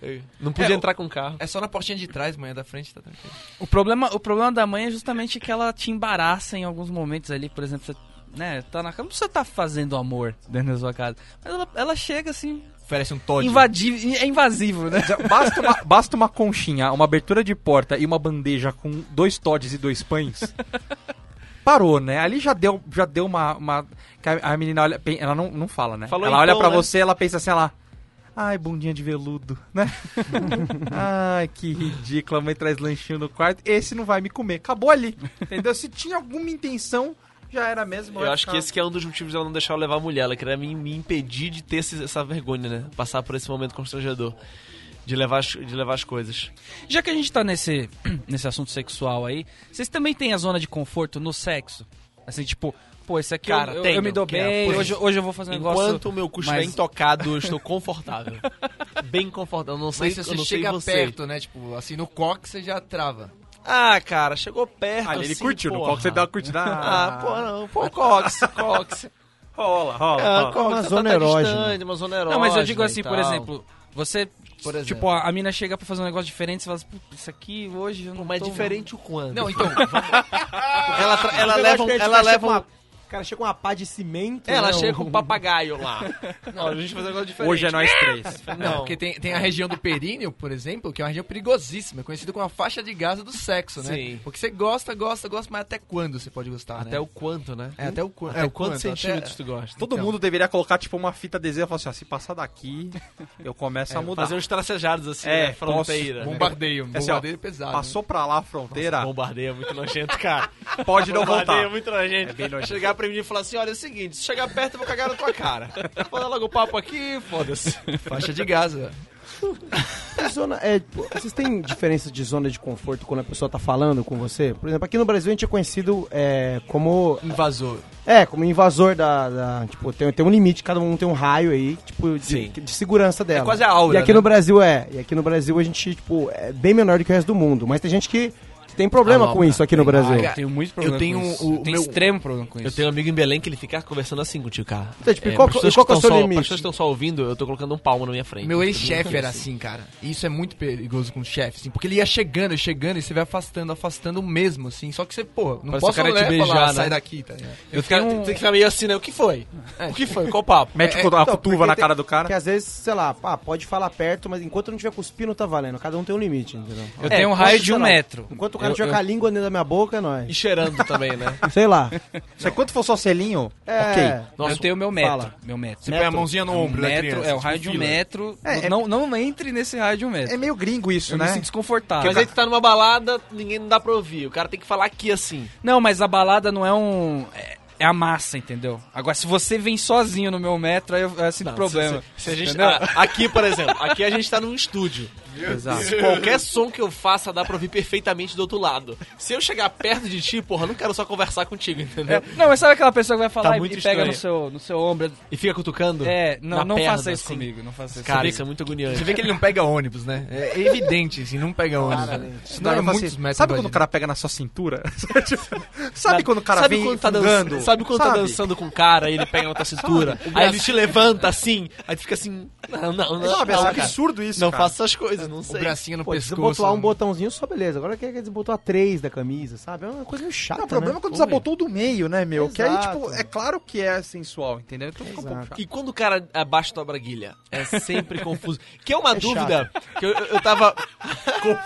Speaker 3: Eu não podia
Speaker 5: É, o-
Speaker 3: entrar com o carro.
Speaker 5: É só na portinha de trás, mãe, a da frente tá tranquilo.
Speaker 1: O problema, o problema da mãe é justamente que ela te embaraça em alguns momentos ali, por exemplo, você né, tá na cama, você tá fazendo amor dentro da sua casa. Mas ela, ela chega assim,
Speaker 5: Oferece um Todd.
Speaker 1: invadivo, é invasivo, né?
Speaker 2: Já Basta uma, basta uma conchinha, uma abertura de porta e uma bandeja com dois todes e dois pães. Parou, né? Ali já deu, já deu uma. uma- que a, a menina olha. pen- Ela não, não fala, né?
Speaker 3: Falou
Speaker 2: ela olha
Speaker 3: então,
Speaker 2: pra
Speaker 3: né?
Speaker 2: você ela pensa assim, ela. Ai, bundinha de veludo, né? Ai, que ridícula. A mãe traz lanchinho no quarto. Esse não vai me comer. Acabou ali. Entendeu? Se tinha alguma intenção, já era mesmo.
Speaker 3: Eu acho que esse que é um dos motivos dela não deixar eu levar a mulher. Ela queria me, me impedir de ter esse- essa vergonha, né? Passar por esse momento constrangedor. De levar as, de levar as coisas.
Speaker 1: Já que a gente tá nesse, nesse assunto sexual aí, vocês também têm a zona de conforto no sexo? Assim, tipo, pô, esse aqui
Speaker 3: Cara,
Speaker 1: eu, eu-
Speaker 3: tenho,
Speaker 1: eu me dou
Speaker 3: que é,
Speaker 1: bem,
Speaker 3: pois.
Speaker 1: hoje, hoje eu vou fazer um
Speaker 3: Enquanto
Speaker 1: negócio...
Speaker 3: o meu é cu
Speaker 1: mas-
Speaker 3: estiver intocado, eu estou confortável. Bem confortável. Eu não sei,
Speaker 5: Mas
Speaker 3: eu
Speaker 5: se você
Speaker 3: não sei
Speaker 5: chega
Speaker 3: você.
Speaker 5: perto, né? Tipo, assim, no coque você já trava.
Speaker 3: Ah, cara, chegou perto.
Speaker 2: Ah, ele
Speaker 3: assim,
Speaker 2: curtiu, no
Speaker 3: porra.
Speaker 2: qual que você dá uma curtida.
Speaker 3: Ah, pô, não. Pô, Cox, Cox.
Speaker 2: Rola, rola,
Speaker 3: Ah,
Speaker 2: rola.
Speaker 3: Cox,
Speaker 4: Uma
Speaker 3: tá-
Speaker 4: zona
Speaker 3: tá
Speaker 4: erógena.
Speaker 3: distante, Uma zona erógena.
Speaker 1: Não, mas eu digo
Speaker 3: e
Speaker 1: assim, por
Speaker 3: tal.
Speaker 1: exemplo, você...
Speaker 5: Por exemplo.
Speaker 1: Tipo, a, a mina chega pra fazer um negócio diferente, você fala assim, "Putz, isso aqui hoje eu não
Speaker 3: Pô, Mas é
Speaker 1: tô-
Speaker 3: diferente o quanto.
Speaker 5: Não, então,
Speaker 3: ela, tra- ela
Speaker 4: Eu
Speaker 3: leva,
Speaker 4: acho
Speaker 3: um-
Speaker 4: que a gente
Speaker 3: ela leva
Speaker 4: vai chegar
Speaker 3: um-
Speaker 4: com uma- Cara, chega com uma pá de cimento.
Speaker 3: Ela
Speaker 4: né,
Speaker 3: chega com
Speaker 4: um-
Speaker 3: um papagaio lá. Não, a gente faz um negócio diferente.
Speaker 2: Hoje é nós três.
Speaker 5: não, porque tem, tem a região do períneo, por exemplo, que é uma região perigosíssima, é conhecida como a faixa de Gaza do sexo, né?
Speaker 3: Sim.
Speaker 5: Porque você gosta, gosta, gosta, mas até quando você pode gostar, né?
Speaker 3: Até o quanto, né?
Speaker 5: É, até o quan-
Speaker 3: Até
Speaker 5: é, o
Speaker 3: quantos
Speaker 5: quanto, até-
Speaker 3: centímetros tu gosta?
Speaker 2: Todo
Speaker 5: Então.
Speaker 2: mundo deveria colocar, tipo, uma fita adesiva e falar assim, ó, se passar daqui, eu começo a mudar.
Speaker 3: É, Fazer uns tracejados assim,
Speaker 2: É,
Speaker 3: né? Fronteira. né?
Speaker 5: Bombardeio,
Speaker 2: É assim, ó,
Speaker 5: bombardeio pesado. né?
Speaker 2: Passou pra lá a fronteira,
Speaker 4: Tá.
Speaker 3: Bombardeio é muito nojento, cara.
Speaker 2: pode não
Speaker 3: Bombardeio é
Speaker 2: voltar.
Speaker 3: muito nojento.
Speaker 2: É bem nojento.
Speaker 3: Chegar pra mim e falar assim, olha, é o seguinte, se chegar perto eu vou cagar na tua cara. Manda logo o papo aqui, foda-se.
Speaker 5: Faixa de Gaza.
Speaker 4: Que zona- é, pô, vocês têm diferença de zona de conforto quando a pessoa tá falando com você? Por exemplo, aqui no Brasil a gente é conhecido é, como
Speaker 5: Invasor.
Speaker 4: É, como invasor da. da- tipo, tem, tem um limite, cada um tem um raio aí, tipo, de,
Speaker 3: Sim.
Speaker 4: de segurança dela.
Speaker 3: É quase a aura,
Speaker 4: E aqui
Speaker 3: né?
Speaker 4: no Brasil é. E aqui no Brasil a gente, tipo, é bem menor do que o resto do mundo. Mas tem gente que, que tem problema
Speaker 3: Ah,
Speaker 4: com isso aqui no Brasil.
Speaker 5: cara,
Speaker 1: Eu tenho muito problema
Speaker 5: Eu tenho
Speaker 1: com isso.
Speaker 5: o-
Speaker 1: eu tenho
Speaker 5: o meu-
Speaker 1: extremo problema com isso.
Speaker 3: Eu tenho um amigo em Belém que ele fica conversando assim contigo, cara.
Speaker 4: Então, tipo, e qual-
Speaker 3: pra pessoas
Speaker 4: e qual que é o
Speaker 3: tão
Speaker 4: seu
Speaker 3: só-
Speaker 4: limite?
Speaker 3: pra pessoas que estão só ouvindo, eu tô colocando um palmo na minha frente.
Speaker 5: Meu ex-chefe era assim, cara. E isso é muito perigoso com o chefe, assim, porque ele ia chegando, chegando, e você vai afastando, afastando mesmo, assim. Só que você, pô,
Speaker 3: Parece
Speaker 5: não
Speaker 3: que o
Speaker 5: posso
Speaker 3: cara ia te
Speaker 5: olhar e
Speaker 3: beijar,
Speaker 5: falar,
Speaker 3: né?
Speaker 5: sai daqui, tá ligado?
Speaker 3: Eu fica, tem que ficar meio assim, né? O que foi? O que foi? Qual o papo?
Speaker 2: Mete
Speaker 5: É,
Speaker 2: Tipo, a
Speaker 4: Então,
Speaker 2: cutuva na
Speaker 4: porque
Speaker 2: cara
Speaker 4: tem-
Speaker 2: do cara.
Speaker 4: Porque às vezes, sei lá, pá, pode falar perto, mas enquanto não tiver cuspindo, tá valendo. Cada um tem um limite, entendeu?
Speaker 1: Eu tenho um raio de um metro.
Speaker 4: Enquanto o cara
Speaker 1: Eu-
Speaker 4: tiver
Speaker 1: eu-
Speaker 4: com a língua dentro da minha boca, é
Speaker 3: E
Speaker 4: nóis.
Speaker 3: cheirando também, né?
Speaker 4: Sei lá.
Speaker 2: Se quanto é for só selinho,
Speaker 4: É.
Speaker 2: ok.
Speaker 1: eu
Speaker 3: um
Speaker 1: tenho o meu metro.
Speaker 4: fala.
Speaker 1: Meu metro.
Speaker 5: Você
Speaker 1: Meu
Speaker 5: põe a mãozinha no ombro da
Speaker 1: metro,
Speaker 5: criança,
Speaker 1: é, o
Speaker 5: tipo
Speaker 1: raio de um
Speaker 5: fila.
Speaker 1: metro.
Speaker 2: É, é-
Speaker 1: não, não entre nesse raio de um metro.
Speaker 2: É meio gringo isso,
Speaker 1: eu me
Speaker 2: né?
Speaker 1: sinto desconfortável.
Speaker 3: Mas aí tu tá numa balada, ninguém não dá pra ouvir. O cara tem que falar aqui assim.
Speaker 1: Não, mas a balada não é um. É, é a massa, entendeu? Agora, se você vem sozinho no meu metro, aí eu, eu sinto problema.
Speaker 3: Se, se a gente,
Speaker 1: entendeu?
Speaker 3: Ah, aqui, por exemplo, aqui a gente tá num estúdio.
Speaker 2: Exato.
Speaker 3: Se Qualquer som que eu faça dá pra ouvir perfeitamente do outro lado. Se eu chegar perto de ti, porra, eu não quero só conversar contigo, entendeu?
Speaker 1: É, Não, mas sabe aquela pessoa que vai falar
Speaker 3: Tá
Speaker 1: e- e
Speaker 3: muito
Speaker 1: pega
Speaker 3: estranho.
Speaker 1: no seu, no seu ombro?
Speaker 3: E fica cutucando?
Speaker 1: É, não,
Speaker 3: na
Speaker 1: não
Speaker 3: perna,
Speaker 1: faça isso
Speaker 3: assim.
Speaker 1: comigo, não faça isso
Speaker 3: Cara,
Speaker 1: comigo.
Speaker 3: isso é muito agoniante.
Speaker 5: Você vê que ele não pega ônibus, né? É evidente, assim, não pega ônibus. Isso não é
Speaker 2: Cara, fala assim,
Speaker 5: muitos metros.
Speaker 2: sabe quando o
Speaker 5: imagina.
Speaker 2: cara pega na sua cintura? Tipo, sabe quando o cara
Speaker 3: sabe
Speaker 2: vem
Speaker 3: quando tá
Speaker 2: fungando?
Speaker 3: dançando, Sabe quando tá dançando com o cara e ele pega na tua cintura? aí ele te levanta assim, aí tu fica assim. Não, não, não.
Speaker 2: Sabe, é
Speaker 3: não, cara.
Speaker 2: absurdo isso,
Speaker 3: Não
Speaker 2: cara.
Speaker 3: faça essas coisas, não
Speaker 5: O
Speaker 3: sei.
Speaker 5: bracinho no
Speaker 4: Pô,
Speaker 5: pescoço.
Speaker 4: desbotoar um
Speaker 5: né?
Speaker 4: botãozinho só, beleza. Agora quer que desbotoar três da camisa, sabe? É uma coisa meio chata,
Speaker 2: Não, o problema é quando
Speaker 4: né?
Speaker 2: desabotou o do meio, né, meu? Que aí,
Speaker 4: Exato.
Speaker 2: tipo, é claro que é sensual, entendeu? Então fica um pouco chato.
Speaker 3: E quando o cara abaixa tua braguilha? É sempre confuso. Que é uma
Speaker 4: É
Speaker 3: dúvida que eu, eu eu tava.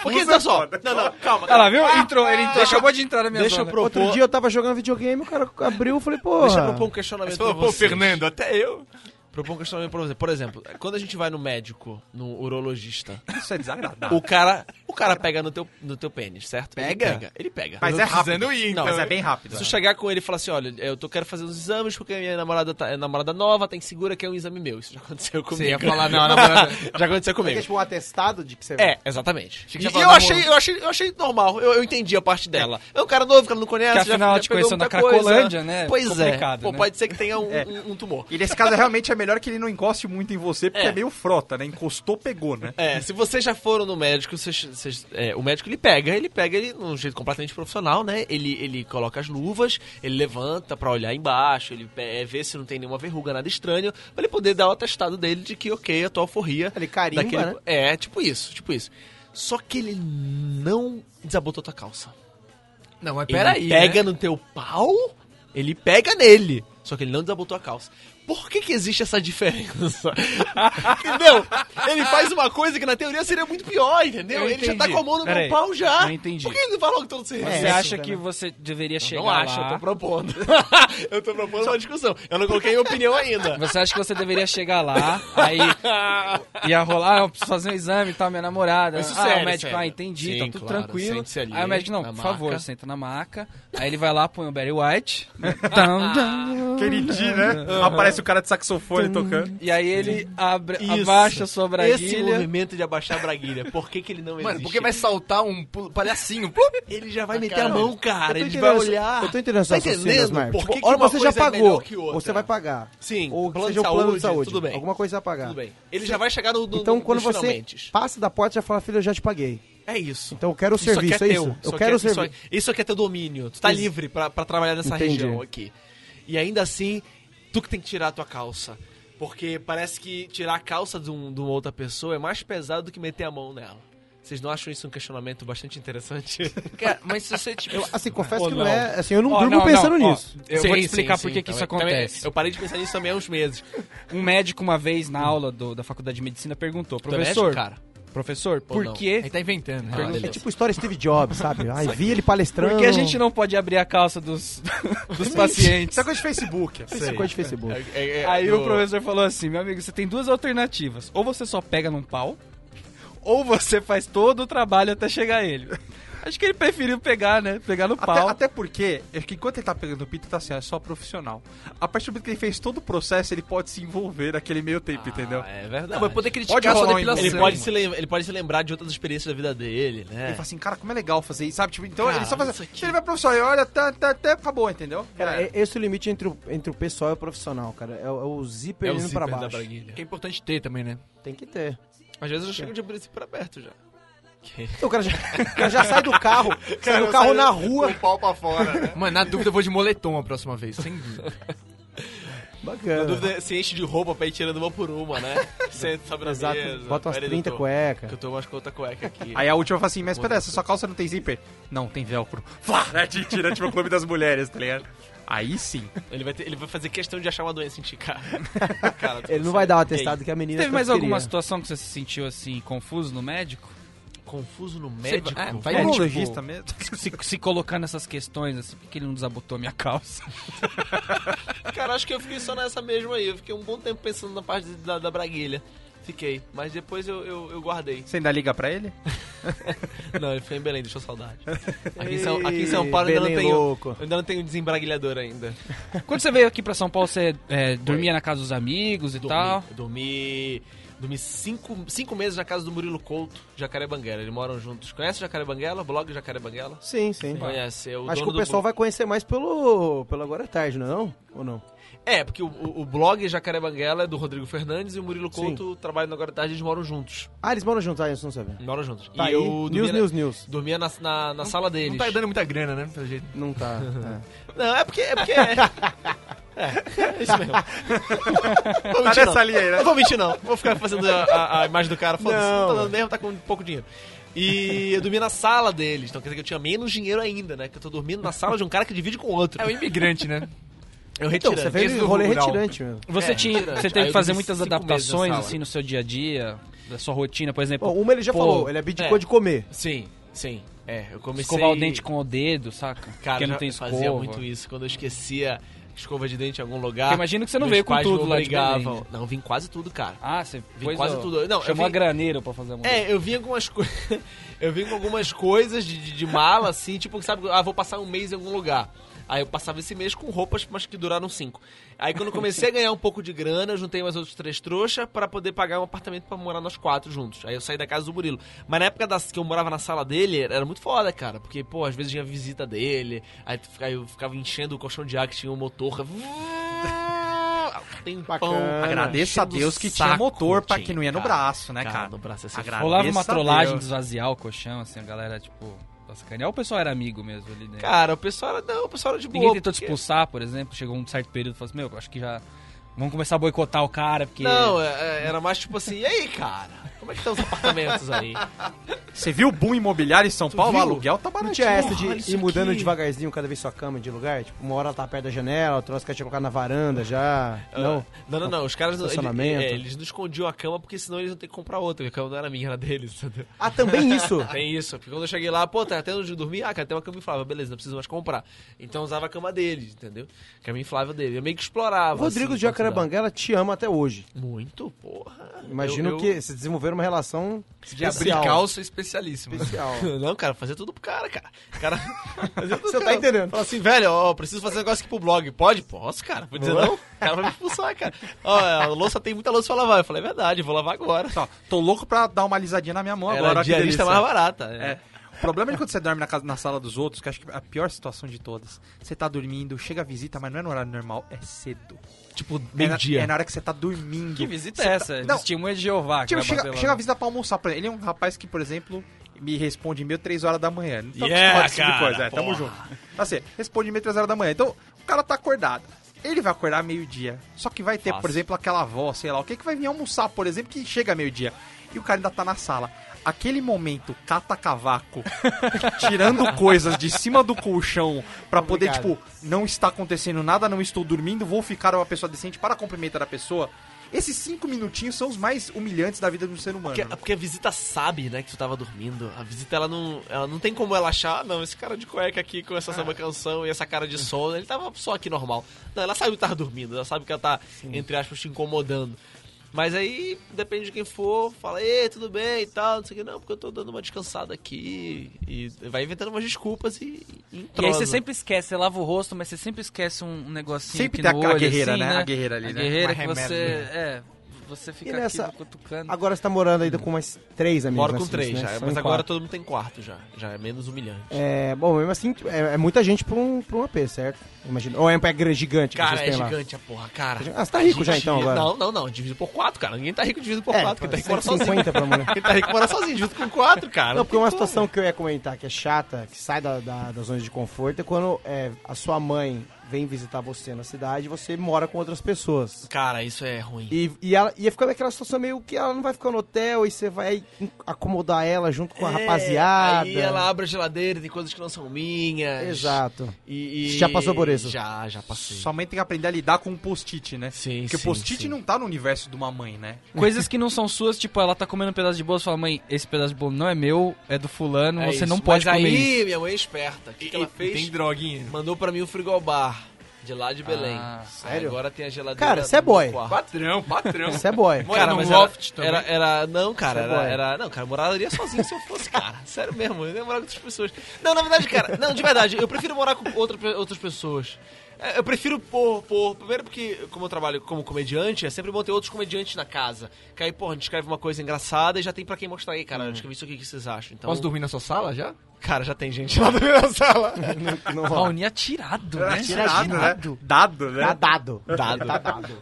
Speaker 3: Porque, olha só. Não, não, calma.
Speaker 1: Olha lá, viu? Entrou, ele entrou, acabou de entrar na minha
Speaker 3: Deixa eu
Speaker 1: zona.
Speaker 3: propor.
Speaker 4: Outro dia eu tava jogando videogame, o cara abriu, eu falei, pô.
Speaker 3: Deixa eu propor um questionamento pra vocês.
Speaker 5: até eu.
Speaker 3: Propor um questionamento pra você. Por exemplo, quando a gente vai no médico, no urologista,
Speaker 2: Isso é desagradável.
Speaker 3: o cara, o cara pega no teu, no teu pênis, certo?
Speaker 5: Pega?
Speaker 3: Ele pega. Ele pega.
Speaker 2: Mas é rápido.
Speaker 5: precisando ir,
Speaker 2: Não,
Speaker 5: então,
Speaker 2: mas é
Speaker 5: hein?
Speaker 2: bem rápido.
Speaker 3: Se eu chegar com ele e falar assim, olha, eu tô quero fazer uns exames porque minha namorada tá, é namorada nova, tá insegura, quer um exame meu. Isso já aconteceu comigo.
Speaker 5: Você ia falar, não, a namorada.
Speaker 3: já aconteceu comigo.
Speaker 4: É tipo um atestado de que você
Speaker 3: É, exatamente.
Speaker 5: Achei que
Speaker 3: E
Speaker 5: você ia
Speaker 3: eu
Speaker 5: falar,
Speaker 3: achei,
Speaker 5: namoro.
Speaker 3: eu achei, eu achei normal. Eu, eu entendi a parte dela. É um cara novo que ela não conhece.
Speaker 1: Que
Speaker 3: já-
Speaker 1: afinal
Speaker 3: já
Speaker 1: te
Speaker 3: pegou
Speaker 1: conheceu na
Speaker 3: muita coisa.
Speaker 1: Cracolândia, né?
Speaker 3: Pois
Speaker 1: Complicado,
Speaker 3: é. Pô,
Speaker 1: né?
Speaker 3: Pode ser que tenha um,
Speaker 2: É.
Speaker 3: um- um tumor.
Speaker 2: E nesse caso, realmente, é melhor que ele não encoste muito em você, porque
Speaker 3: É.
Speaker 2: é, meio frota, né? Encostou, pegou, né?
Speaker 3: É, se vocês já foram no médico, vocês, vocês- é, o médico ele pega, ele pega ele num jeito completamente profissional, né? Ele, ele coloca as luvas, ele levanta pra olhar embaixo, ele pe- é, vê se não tem nenhuma verruga, nada estranho, pra ele poder dar o atestado dele de que, ok, a tua alforria.
Speaker 4: Ele carimba, né?
Speaker 3: É, tipo isso, tipo isso. Só que ele não desabotou tua calça.
Speaker 5: Não, mas
Speaker 3: Ele
Speaker 5: peraí.
Speaker 3: pega
Speaker 5: né?
Speaker 3: no teu pau, ele pega nele. Só que ele não desabotou a calça. Por que, que existe essa diferença? entendeu? Ele faz uma coisa que na teoria seria muito pior, entendeu?
Speaker 1: Eu
Speaker 3: Ele já tá
Speaker 1: entendi.
Speaker 3: com a mão no
Speaker 1: Pera
Speaker 3: meu
Speaker 1: aí.
Speaker 3: pau já.
Speaker 1: Não entendi.
Speaker 3: Por que ele não fala logo todo sem
Speaker 1: Você
Speaker 4: isso
Speaker 1: acha
Speaker 4: também.
Speaker 1: que você deveria chegar
Speaker 3: não acho, eu
Speaker 1: lá?
Speaker 3: tô propondo. eu tô propondo uma discussão. Eu não coloquei minha opinião ainda.
Speaker 1: Você acha que você deveria chegar lá, aí ia rolar, "Ah, eu preciso fazer um exame e tal, minha namorada.
Speaker 3: Isso
Speaker 1: ah,
Speaker 3: sério,
Speaker 1: o médico,
Speaker 3: sério.
Speaker 1: ah, entendi,
Speaker 3: Sim,
Speaker 1: tá tudo
Speaker 3: claro,
Speaker 1: tranquilo.
Speaker 3: sente-se ali,
Speaker 1: aí o médico, não,
Speaker 3: na
Speaker 1: por favor,
Speaker 3: maca.
Speaker 1: senta na maca. Aí ele vai lá, põe o Barry White. Tam, tam.
Speaker 2: Queridinho, né? Aparece o cara de saxofone tocando.
Speaker 1: e aí ele abre,
Speaker 3: Isso.
Speaker 1: abaixa a sua
Speaker 3: Esse
Speaker 1: braguilha.
Speaker 3: movimento de abaixar a braguilha, por que, que ele não existe?
Speaker 5: Mano, porque vai saltar um pu- palhacinho. Pum,
Speaker 3: Ele já vai meter
Speaker 5: cara,
Speaker 3: a mão, cara.
Speaker 4: Eu tô
Speaker 3: Ele vai
Speaker 4: entendendo-
Speaker 3: olhar.
Speaker 4: Eu tô entendendo essas
Speaker 3: Tá
Speaker 4: suas
Speaker 3: entendendo
Speaker 4: cenas, Marcos.
Speaker 3: por que
Speaker 4: Tipo,
Speaker 3: que
Speaker 4: Olha,
Speaker 3: uma
Speaker 4: você já
Speaker 3: coisa é
Speaker 4: pagou.
Speaker 3: melhor que outra?
Speaker 4: Você vai pagar.
Speaker 3: Sim,
Speaker 4: Ou
Speaker 3: plano
Speaker 4: seja,
Speaker 3: de
Speaker 4: o plano de
Speaker 3: saúde,
Speaker 4: saúde.
Speaker 3: tudo bem.
Speaker 4: Alguma coisa vai pagar.
Speaker 3: Tudo bem. Ele já vai chegar no. no
Speaker 4: Então,
Speaker 3: no-
Speaker 4: quando
Speaker 3: nos
Speaker 4: você
Speaker 3: finalmente.
Speaker 4: passa da porta, já fala, filho, eu já te paguei.
Speaker 3: É isso.
Speaker 4: Então eu quero o
Speaker 3: Isso aqui
Speaker 4: serviço, é,
Speaker 3: teu.
Speaker 4: isso. Eu
Speaker 3: aqui
Speaker 4: quero o
Speaker 3: é- isso
Speaker 4: serviço.
Speaker 3: aqui- Isso aqui é teu domínio. Tu tá
Speaker 4: Isso.
Speaker 3: livre pra, pra trabalhar nessa
Speaker 4: Entendi.
Speaker 3: região aqui. E ainda assim, tu que tem que tirar a tua calça. Porque parece que tirar a calça de, um, de uma outra pessoa é mais pesado do que meter a mão nela. Vocês não acham isso um questionamento bastante interessante?
Speaker 5: Cara, mas se você, tipo.
Speaker 4: Eu, assim, confesso
Speaker 1: Ou
Speaker 4: que não,
Speaker 1: não.
Speaker 4: é. Assim, eu não
Speaker 1: Ó,
Speaker 4: durmo
Speaker 1: não,
Speaker 4: pensando
Speaker 1: não, ó,
Speaker 4: nisso.
Speaker 1: eu
Speaker 3: Sim,
Speaker 1: vou te
Speaker 3: sim,
Speaker 1: explicar
Speaker 3: sim,
Speaker 1: por que que isso
Speaker 3: também- também-
Speaker 1: acontece.
Speaker 3: eu parei de pensar nisso também há uns meses.
Speaker 1: Um médico, uma vez, na aula do- da faculdade de medicina, perguntou,
Speaker 3: Tu é médico,
Speaker 1: professor,
Speaker 3: cara.
Speaker 1: professor, por
Speaker 3: não?
Speaker 1: que
Speaker 5: Ele tá inventando. né?
Speaker 3: Pergunta-
Speaker 4: É tipo história Steve Jobs, sabe? Ai, vi ele palestrando.
Speaker 1: Por que a gente não pode abrir a calça dos, dos pacientes?
Speaker 2: Isso é coisa de Facebook.
Speaker 4: Isso é coisa de Facebook.
Speaker 3: É- é- é
Speaker 1: Aí
Speaker 3: do-
Speaker 1: o professor falou assim: meu amigo, você tem duas alternativas. Ou você só pega num pau, ou você faz todo o trabalho até chegar a ele. Acho que ele preferiu pegar, né? Pegar no
Speaker 2: Até,
Speaker 1: pau.
Speaker 2: até porque, é que enquanto ele tá pegando o Peter, tá assim, ó, é só profissional. A partir do momento que ele fez todo o processo, ele pode se envolver naquele meio tempo, entendeu?
Speaker 3: Ah, é verdade.
Speaker 5: Não, mas poder criticar
Speaker 2: Pode
Speaker 5: a sua
Speaker 2: rolar um
Speaker 5: depilação.
Speaker 3: ele,
Speaker 2: Sim.
Speaker 3: pode se lem- ele pode se lembrar de outras experiências da vida dele, né?
Speaker 2: Ele fala assim, cara, como é legal fazer isso, sabe? Tipo, então
Speaker 3: Cara,
Speaker 2: ele só faz
Speaker 3: isso
Speaker 2: assim,
Speaker 3: aqui-
Speaker 2: ele vai pro profissional e olha, tá, tá, tá, acabou, entendeu?
Speaker 4: Cara,
Speaker 2: É.
Speaker 4: é- esse é o limite entre o, entre o pessoal e o profissional, cara. É, o- é o zíper
Speaker 3: É o
Speaker 4: indo
Speaker 3: zíper
Speaker 4: pra
Speaker 3: da
Speaker 4: baixo.
Speaker 3: braguilha.
Speaker 5: Que é importante ter também, né?
Speaker 4: Tem que ter.
Speaker 3: Às vezes eu chego de princípio aberto já.
Speaker 4: Então, O cara já, o cara já sai do carro, sai do um carro na rua.
Speaker 3: pau pra fora, né?
Speaker 5: Mano, na dúvida eu vou de moletom a próxima vez, sem dúvida.
Speaker 3: Na
Speaker 4: Bacana.
Speaker 3: dúvida, se enche de roupa pra ir tirando uma por uma, né? Senta, sobe na
Speaker 4: Exato.
Speaker 3: mesa.
Speaker 4: Bota umas
Speaker 3: Pera aí,
Speaker 4: 30
Speaker 3: doutor, Que eu
Speaker 4: cueca.
Speaker 3: tô mais com outra cueca aqui.
Speaker 2: Aí a última fala assim, mas peraí, essa sua calça não tem zíper? Não, tem velcro. Flá, né, te tira, tipo, o clube das mulheres, tá ligado? Aí sim.
Speaker 3: Ele vai, ter- ele vai fazer questão de achar uma doença em ti, cara. Cara, tu
Speaker 4: Ele não
Speaker 3: sabe.
Speaker 4: vai dar o
Speaker 3: E aí?
Speaker 4: atestado que a menina tá
Speaker 1: Teve
Speaker 4: tanto
Speaker 1: mais alguma
Speaker 4: queria.
Speaker 1: situação que você se sentiu assim, confuso no médico?
Speaker 3: Confuso no
Speaker 5: Você
Speaker 3: médico?
Speaker 5: vai- ah, vai
Speaker 2: É,
Speaker 5: no-
Speaker 2: tipo, mesmo.
Speaker 1: Se, se colocar nessas questões, assim, por que ele não desabotou minha calça?
Speaker 3: Cara, acho que eu fiquei só nessa mesma aí. Eu fiquei um bom tempo pensando na parte da, da braguilha. Fiquei. Mas depois eu, eu, eu guardei.
Speaker 2: Você ainda liga pra ele?
Speaker 3: Não, ele foi em Belém, deixou saudade. Aqui em São, aqui em São
Speaker 4: Ei,
Speaker 3: Paulo eu ainda não
Speaker 4: Belém
Speaker 3: tenho.
Speaker 4: louco.
Speaker 3: Eu ainda não tenho desembraguilhador ainda.
Speaker 1: Quando você veio aqui pra São Paulo, você é, dormia na casa dos amigos e
Speaker 5: Tá.
Speaker 1: tal?
Speaker 3: Eu dormi. Dormi cinco, cinco meses na casa do Murilo Couto, Jacaré Banguela. Eles moram juntos. Conhece o Jacaré Banguela? Blog Jacaré Banguela?
Speaker 4: Sim, sim.
Speaker 3: Conhece. É o
Speaker 4: Acho
Speaker 3: dono
Speaker 4: que o
Speaker 3: do
Speaker 4: pessoal
Speaker 3: blo-
Speaker 4: vai conhecer mais pelo, pelo Agora é Tarde, não é não? Ou não?
Speaker 3: É, porque o, o- o blog Jacaré Banguela é do Rodrigo Fernandes e o Murilo
Speaker 4: Sim.
Speaker 3: Couto trabalha no Agora é Tarde eles moram juntos.
Speaker 4: Ah, eles moram juntos, ah, isso não sabia.
Speaker 3: Moram juntos.
Speaker 4: Tá
Speaker 3: Hum. e
Speaker 4: aí,
Speaker 3: eu
Speaker 4: news,
Speaker 3: dormia, na,
Speaker 4: news, news.
Speaker 3: dormia na, na- na sala deles.
Speaker 5: Não tá dando muita grana, né? Pelo jeito.
Speaker 4: Não tá. é.
Speaker 3: Não, é porque. É, porque é. é, é isso mesmo. Vou
Speaker 2: Tá
Speaker 3: mentir, não.
Speaker 2: nessa linha aí, né?
Speaker 3: Não vou mentir, não. Vou ficar fazendo a, a- a imagem do cara falando
Speaker 4: Não,
Speaker 3: assim, tá
Speaker 4: mano.
Speaker 3: dando mesmo, tá com pouco dinheiro. E eu dormia na sala deles, então quer dizer que eu tinha menos dinheiro ainda, né? Que eu tô dormindo na sala de um cara que divide com outro.
Speaker 5: É um imigrante, né?
Speaker 3: Eu
Speaker 4: Então,
Speaker 3: retirando.
Speaker 4: você
Speaker 2: Esse
Speaker 4: veio
Speaker 2: do
Speaker 4: rolê
Speaker 2: rural.
Speaker 4: retirante mesmo.
Speaker 1: Você,
Speaker 3: É,
Speaker 1: tinha,
Speaker 3: verdade.
Speaker 1: você
Speaker 3: Aí
Speaker 1: teve
Speaker 3: eu
Speaker 1: que fazer
Speaker 3: dormi
Speaker 1: muitas
Speaker 3: cinco meses na
Speaker 1: adaptações
Speaker 3: sala.
Speaker 1: assim no seu dia a dia, da sua rotina, por exemplo.
Speaker 4: Bom, uma ele já
Speaker 1: Pô,
Speaker 4: falou, ele abdicou
Speaker 3: é.
Speaker 4: de comer.
Speaker 3: Sim, sim. É, eu comecei...
Speaker 1: Escovar o dente com o dedo, saca?
Speaker 3: Cara,
Speaker 1: Porque não
Speaker 3: já
Speaker 1: tem
Speaker 3: eu
Speaker 1: escova.
Speaker 3: fazia muito isso. Quando eu esquecia escova de dente em algum lugar...
Speaker 1: Porque imagino que você não
Speaker 3: meus
Speaker 1: veio com
Speaker 3: pais
Speaker 1: tudo
Speaker 3: me
Speaker 1: lá de Belém,
Speaker 3: obrigavam. Não, vim quase tudo, cara.
Speaker 1: Ah, você
Speaker 3: Vi
Speaker 1: pôs
Speaker 3: quase
Speaker 1: o-
Speaker 3: tudo. Não, eu
Speaker 1: chamou a
Speaker 3: vi-
Speaker 1: graneira pra fazer a mudança.
Speaker 3: É, eu vim algumas coisas. eu vim com algumas coisas de, de, de mala, assim, tipo, sabe, ah, vou passar um mês em algum lugar. Aí eu passava esse mês com roupas, mas que duraram cinco. Aí quando eu comecei a ganhar um pouco de grana, eu juntei mais outros três trouxas pra poder pagar um apartamento pra morar nós quatro juntos. Aí eu saí da casa do Murilo. Mas na época das, que eu morava na sala dele, era muito foda, cara. Porque, pô, às vezes tinha visita dele, aí, tu fica- aí eu ficava enchendo o colchão de ar que tinha um motor. Tem
Speaker 4: Bacana.
Speaker 2: Agradeça a Deus que tinha motor pra que não ia no braço, né, cara?
Speaker 3: No braço, essa
Speaker 2: Agra-
Speaker 1: Rolava uma
Speaker 3: tá
Speaker 2: Cabeça
Speaker 1: trollagem
Speaker 2: deu.
Speaker 1: de esvaziar o colchão, assim, a galera, tipo, pra sacanear. Ou o pessoal era amigo mesmo ali dentro?
Speaker 3: Cara, o pessoal era. Não, o pessoal era de boa.
Speaker 1: Ninguém tentou te
Speaker 3: porque-
Speaker 1: expulsar, por exemplo? Chegou um certo período e falou assim, meu, acho que já... Vamos começar a boicotar o cara, porque...
Speaker 3: Não, é- é- era mais tipo assim, e aí, cara? Como é que estão os apartamentos aí?
Speaker 2: Você viu o boom imobiliário em São Paulo?
Speaker 3: viu?
Speaker 2: O aluguel tá
Speaker 4: Não
Speaker 2: baratinho.
Speaker 4: tinha essa de
Speaker 3: olha isso
Speaker 4: ir mudando
Speaker 3: aqui.
Speaker 4: devagarzinho cada vez sua cama de lugar? Tipo, uma hora ela tá perto da janela, outra hora você quer te colocar na varanda já.
Speaker 3: Ah,
Speaker 4: Não.
Speaker 3: não, não, não. Os caras não- ele-
Speaker 4: Estacionamento.
Speaker 3: é, eles não escondiam a cama porque senão eles iam ter que comprar outra. porque A cama não era minha, era deles, entendeu?
Speaker 4: Ah, também isso.
Speaker 3: Tem isso, porque quando eu cheguei lá, pô, tá até onde eu dormir, ah, cara, tem uma cama inflável, beleza, não preciso mais comprar. Então eu usava a cama deles, entendeu? Cama inflável dele. Eu meio que explorava.
Speaker 4: Rodrigo
Speaker 3: assim,
Speaker 4: de Jacarabanga, ela te ama até hoje.
Speaker 3: Muito, porra.
Speaker 4: Imagino
Speaker 3: Eu- eu-
Speaker 4: que vocês desenvolveram uma relação
Speaker 5: De abrir
Speaker 4: Especial.
Speaker 5: calça é especialíssimo. né?
Speaker 4: especial.
Speaker 3: Não, cara, fazia tudo pro cara, cara. cara fazia tudo
Speaker 4: Você
Speaker 3: pro
Speaker 4: tá
Speaker 3: cara.
Speaker 4: entendendo?
Speaker 3: Fala assim, velho, ó, preciso fazer um negócio aqui pro blog. Pode? Posso, cara. Vou dizer não. O cara vai me expulsar, cara. Ó, a louça tem muita louça pra lavar. Eu falei, é verdade, eu vou lavar agora.
Speaker 2: Tá, Tô louco pra dar uma alisadinha na minha mão
Speaker 3: Era
Speaker 2: agora. ó, que
Speaker 3: diarista
Speaker 2: delícia.
Speaker 3: mais barata. É.
Speaker 2: É. O problema é quando você dorme na, casa, na sala dos outros, que eu acho que é a pior situação de todas. Você tá dormindo, chega a visita, mas não é no horário normal, é cedo.
Speaker 3: Tipo,
Speaker 2: é, na,
Speaker 3: meio-dia.
Speaker 2: é na hora que você tá dormindo.
Speaker 1: Que visita é essa?
Speaker 2: Não.
Speaker 1: Testemunha de Jeová. que
Speaker 2: Tipo,
Speaker 1: vai
Speaker 2: chega,
Speaker 1: bater lá. né?
Speaker 2: chega a visita pra almoçar. Por exemplo. Ele é um rapaz que, por exemplo, me responde e-mail 3 horas da manhã. Não tá acostumado
Speaker 3: Yeah,
Speaker 2: com esse tipo de
Speaker 3: cara,
Speaker 2: coisa. É, tamo junto. Assim, responde e-mail 3 horas da manhã. Então, o cara tá acordado. Ele vai acordar meio-dia. Só que vai ter, por
Speaker 3: Fácil.
Speaker 2: exemplo, aquela avó, sei lá, o que que vai vir almoçar, por exemplo, que chega meio-dia. E o cara ainda tá na sala. Aquele momento, cata-cavaco, tirando coisas de cima do colchão pra poder,
Speaker 4: Complicado.
Speaker 2: tipo, não está acontecendo nada, não estou dormindo, vou ficar uma pessoa decente para cumprimentar a pessoa. Esses cinco minutinhos são os mais humilhantes da vida de um ser humano.
Speaker 3: Porque, porque a visita sabe, né, que tu tava dormindo. A visita, ela não, ela não tem como ela achar, "Ah, não, esse cara de cueca aqui com essa
Speaker 4: Ah.
Speaker 3: samba canção e essa cara de sono, ele tava só aqui normal. Não, ela sabe que tava dormindo, ela sabe que ela tá, entre aspas, te incomodando. Mas aí, depende de quem for, fala, ei, tudo bem e tal, não sei o que, não, porque eu tô dando uma descansada aqui. E vai inventando umas desculpas e, e
Speaker 1: E aí
Speaker 3: entrosa.
Speaker 1: você sempre esquece, você lava o rosto, mas você sempre esquece um um negocinho
Speaker 2: Sempre
Speaker 1: aqui
Speaker 2: tem
Speaker 1: no
Speaker 2: a- a
Speaker 1: olho,
Speaker 2: guerreira,
Speaker 1: assim,
Speaker 2: né? A guerreira ali,
Speaker 1: a
Speaker 2: né?
Speaker 1: guerreira
Speaker 5: Uma
Speaker 1: que
Speaker 5: remela,
Speaker 1: você...
Speaker 5: né?
Speaker 1: É, você fica
Speaker 4: E nessa-
Speaker 1: aqui cutucando.
Speaker 4: Agora você tá morando ainda com mais três amigos.
Speaker 3: Moro com
Speaker 4: assim,
Speaker 3: três
Speaker 4: né?
Speaker 3: já,
Speaker 4: São
Speaker 3: mas agora
Speaker 4: quatro.
Speaker 3: todo mundo tem quarto já. Já é menos humilhante.
Speaker 4: É, bom, mesmo assim, é, é muita gente pra um, pra um AP, certo? Imagina. Ou é um AP gigante que
Speaker 3: Cara,
Speaker 4: vocês
Speaker 3: é
Speaker 4: têm lá.
Speaker 3: gigante a porra, cara.
Speaker 4: Ah, você tá rico
Speaker 3: A
Speaker 4: já, então, agora?
Speaker 3: Não, não, não. Divido por quatro, cara. Ninguém tá rico dividido por
Speaker 4: É,
Speaker 3: quatro. Quem tá rico mora sozinho.
Speaker 4: 150 pra mulher.
Speaker 3: Quem tá rico mora sozinho, dividido com quatro, cara.
Speaker 4: Não, porque uma
Speaker 3: tem
Speaker 4: situação que eu ia comentar que é chata, que sai da, da, da zona de conforto, é quando é, a sua mãe vem visitar você na cidade e você mora com outras pessoas.
Speaker 3: como. Cara, isso é ruim.
Speaker 4: E, e ela ia ficando aquela situação meio que ela não vai ficar no hotel e você vai in- acomodar ela junto com a
Speaker 3: É,
Speaker 4: rapaziada.
Speaker 3: Aí ela abre a geladeira, tem coisas que não são minhas.
Speaker 4: Exato.
Speaker 3: E, e-
Speaker 4: Já passou por isso?
Speaker 3: Já, já passei.
Speaker 2: Sua mãe tem que aprender a lidar com o post-it, né?
Speaker 3: Sim,
Speaker 2: Porque o
Speaker 3: sim,
Speaker 2: post-it
Speaker 3: sim.
Speaker 2: não tá no universo de uma mãe, né?
Speaker 1: Coisas que não são suas, tipo, ela tá comendo um pedaço de bolo, você fala, mãe, esse pedaço de bolo não é meu, é do fulano,
Speaker 3: É
Speaker 1: você
Speaker 3: isso.
Speaker 1: não pode
Speaker 3: Mas
Speaker 1: comer
Speaker 3: aí,
Speaker 1: isso.
Speaker 3: minha mãe é esperta. O que, que
Speaker 5: E
Speaker 3: ela fez?
Speaker 5: Tem droguinha.
Speaker 3: Mandou pra mim o frigobar de lá de Belém.
Speaker 1: Ah,
Speaker 3: Aí
Speaker 4: sério?
Speaker 3: Agora tem a geladeira.
Speaker 4: Cara, você é boy.
Speaker 3: no quarto.
Speaker 5: Patrão, patrão.
Speaker 4: Isso é boy.
Speaker 5: Mora num
Speaker 3: mas
Speaker 5: loft também?
Speaker 3: era, era- não, cara,
Speaker 4: Você é
Speaker 3: era,
Speaker 4: boy.
Speaker 3: era- não, cara, eu moraria sozinho se eu fosse, cara. Sério mesmo, eu ia morar com outras pessoas. Não, na verdade, cara, não, de verdade, eu prefiro morar com outra- outras pessoas. É, Eu prefiro por, por. Primeiro porque, como eu trabalho como comediante, é sempre bom ter outros comediantes na casa. Que aí, porra, a gente escreve uma coisa engraçada e já tem pra quem mostrar aí, cara.
Speaker 4: Uhum.
Speaker 3: Eu escrevi isso aqui, o que vocês acham? Então,
Speaker 5: Posso dormir na sua sala já?
Speaker 3: Cara, já tem gente lá dentro da sala.
Speaker 4: Não rola.
Speaker 1: Raoni atirado,
Speaker 2: É
Speaker 1: né?
Speaker 2: né? Dado, né?
Speaker 4: Tá dado.
Speaker 3: Dado.
Speaker 4: Tá dado.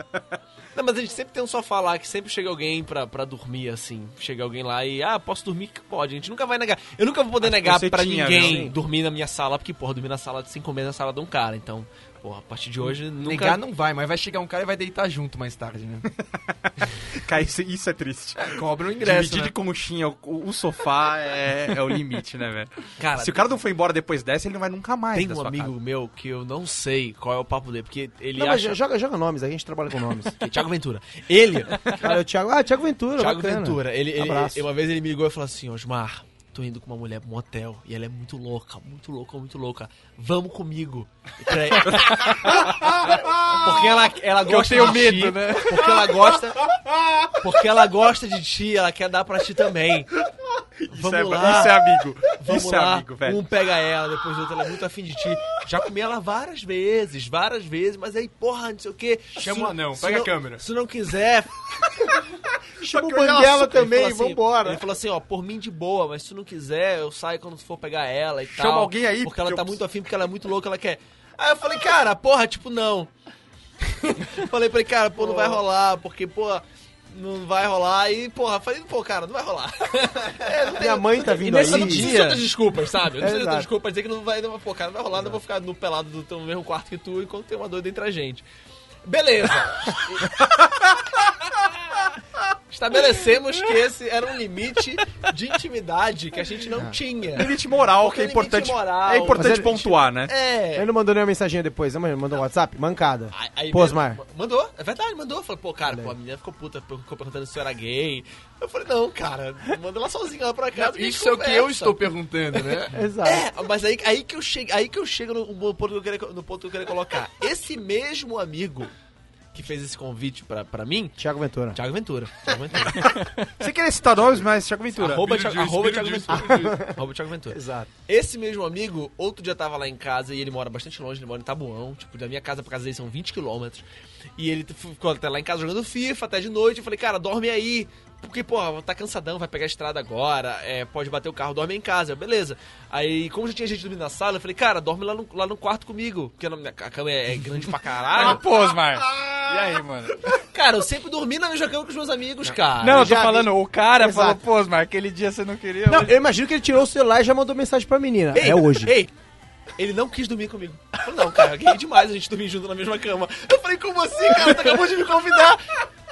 Speaker 3: Não, mas a gente sempre tem um sofá lá que sempre chega alguém pra, pra dormir, assim. Chega alguém lá e, ah, posso dormir? Que pode. A gente nunca vai negar. Eu nunca vou poder negar
Speaker 2: você
Speaker 3: pra
Speaker 2: tinha,
Speaker 3: ninguém
Speaker 2: viu?
Speaker 3: dormir na minha sala, porque, porra, dormir na sala sem comer na sala de um cara. Então, porra, a partir
Speaker 2: Hum,
Speaker 3: de hoje, nunca...
Speaker 5: Negar não vai, mas vai chegar um cara e vai deitar junto mais tarde, né?
Speaker 2: Cara, isso, isso é triste.
Speaker 5: Cobra o ingresso,
Speaker 2: Dividir
Speaker 5: né?
Speaker 2: de conchinha o, o sofá é, é o limite, né, velho?
Speaker 3: Cara,
Speaker 2: Se o cara não foi embora depois dessa, ele não vai nunca mais
Speaker 3: tem
Speaker 2: da
Speaker 3: um
Speaker 2: sua
Speaker 3: amigo
Speaker 2: casa.
Speaker 3: meu que eu não sei qual é o papo dele, porque ele
Speaker 4: Não, mas
Speaker 3: acha...
Speaker 4: joga, joga nomes aí, a gente trabalha com nomes.
Speaker 3: que- Thiago Ventura. Ele...
Speaker 4: Olha, o Thiago. Ah, Thiago Ventura.
Speaker 3: Thiago
Speaker 4: bacana.
Speaker 3: Ventura. Ele, ele-
Speaker 4: Abraço.
Speaker 3: ele- uma vez ele me ligou e falou assim, Osmar, tô indo com uma mulher pra um hotel e ela é muito louca, muito louca, muito louca. Vamos comigo. Pra- porque ela, ela gosta
Speaker 5: tenho
Speaker 3: de
Speaker 5: medo,
Speaker 3: ti,
Speaker 5: né?
Speaker 3: Porque ela gosta. Porque ela gosta de ti, ela quer dar pra ti também.
Speaker 2: Isso,
Speaker 3: Vamos
Speaker 2: é,
Speaker 3: lá.
Speaker 2: isso é amigo.
Speaker 3: Vamos
Speaker 2: isso
Speaker 3: lá,
Speaker 2: é amigo, velho.
Speaker 3: um pega ela, depois o outro, ela é muito afim de ti. Já comi ela várias vezes, várias vezes, mas aí, porra, não sei o quê.
Speaker 5: Chama
Speaker 3: Se-
Speaker 5: o anão,
Speaker 3: se
Speaker 5: pega a
Speaker 3: não-
Speaker 5: câmera.
Speaker 3: Se não quiser,
Speaker 4: Chama o
Speaker 2: Porque eu já
Speaker 4: Banguela
Speaker 2: assumo,
Speaker 4: também,
Speaker 3: ele falou assim- Ele
Speaker 4: vambora.
Speaker 3: falou assim, ó, por mim de boa, mas se tu não quiser, eu saio quando tu for pegar ela e tal.
Speaker 2: Chama alguém aí,
Speaker 3: Porque ela
Speaker 2: porque
Speaker 3: tá
Speaker 2: eu
Speaker 3: muito afim, porque ela é muito louca, ela quer. Aí eu falei, cara, porra, tipo, não. falei pra ele, cara, pô, não vai rolar, porque, pô, não vai rolar. E, porra, falei, pô, cara, não vai rolar.
Speaker 4: Minha mãe tá vindo
Speaker 1: nesse
Speaker 4: aí.
Speaker 1: dia-
Speaker 3: Não precisa de outras desculpas, sabe? Eu não
Speaker 4: É,
Speaker 3: preciso de
Speaker 4: exato.
Speaker 3: outras desculpas, dizer que não vai, não, pô, cara, não vai rolar, não vou ficar no pelado do teu mesmo quarto que tu enquanto tem uma doida entre a gente. Beleza. Estabelecemos que esse era um limite de intimidade que a gente
Speaker 5: Ah.
Speaker 3: não tinha.
Speaker 2: Limite moral, que é
Speaker 3: Limite
Speaker 2: importante.
Speaker 3: moral.
Speaker 2: é importante
Speaker 4: Mas é-
Speaker 2: pontuar, né?
Speaker 3: É.
Speaker 4: Ele não mandou nenhuma mensaginha depois, né? mano? mandou um WhatsApp? Mancada.
Speaker 3: Aí- aí
Speaker 4: Pô,
Speaker 3: mesmo-
Speaker 4: Osmar.
Speaker 3: Mandou, é verdade, mandou. Falei, pô, cara, pô, a menina ficou puta, ficou perguntando se eu era gay. Eu falei, não, cara, manda ela sozinha lá pra casa. e a gente
Speaker 5: Isso é o que eu
Speaker 3: conversa.
Speaker 5: estou perguntando, né?
Speaker 4: Exato.
Speaker 3: É, mas aí, aí que eu chego, aí que eu chego no, no ponto que eu queria, no ponto que eu queria colocar. Esse mesmo amigo que fez esse convite pra, pra mim,
Speaker 4: Tiago Ventura.
Speaker 3: Thiago Ventura. Thiago Ventura.
Speaker 2: Você queria citar nomes, mas Thiago Ventura.
Speaker 3: arroba
Speaker 5: Espírito
Speaker 3: Thiago,
Speaker 5: Juiz,
Speaker 3: arroba Thiago
Speaker 5: Espírito
Speaker 3: Ventura. Arroba Thiago Ventura.
Speaker 4: Exato.
Speaker 3: Esse mesmo amigo, outro dia tava lá em casa e ele mora bastante longe, ele mora em Tabuão, tipo, da minha casa pra casa dele são 20 quilômetros. E ele f- ficou até lá em casa jogando FIFA até de noite. Eu falei, cara, dorme aí. Porque, pô, tá cansadão, vai pegar a estrada agora, é, pode bater o carro, dorme aí em casa, Eu, beleza. Aí, como já tinha gente dormindo na sala, eu falei, cara, dorme lá no, lá no quarto comigo, porque na minha- a cama é, é grande pra
Speaker 1: Ah,
Speaker 3: caralho.
Speaker 1: pô, Osmar. E aí, mano?
Speaker 3: cara, eu sempre dormi na mesma cama com os meus amigos, cara.
Speaker 1: Não, eu tô
Speaker 4: já vi.
Speaker 1: falando, o cara
Speaker 4: Exato.
Speaker 1: falou, pô, Osmar, aquele dia você não queria.
Speaker 4: Não, eu imagino que ele tirou o celular e já mandou mensagem pra menina.
Speaker 3: Ei,
Speaker 4: é hoje.
Speaker 3: Ei, ele não quis dormir comigo. Eu falei, não, cara, gay demais a gente dormir junto na mesma cama. Eu falei, como assim, cara? Tu acabou de me convidar.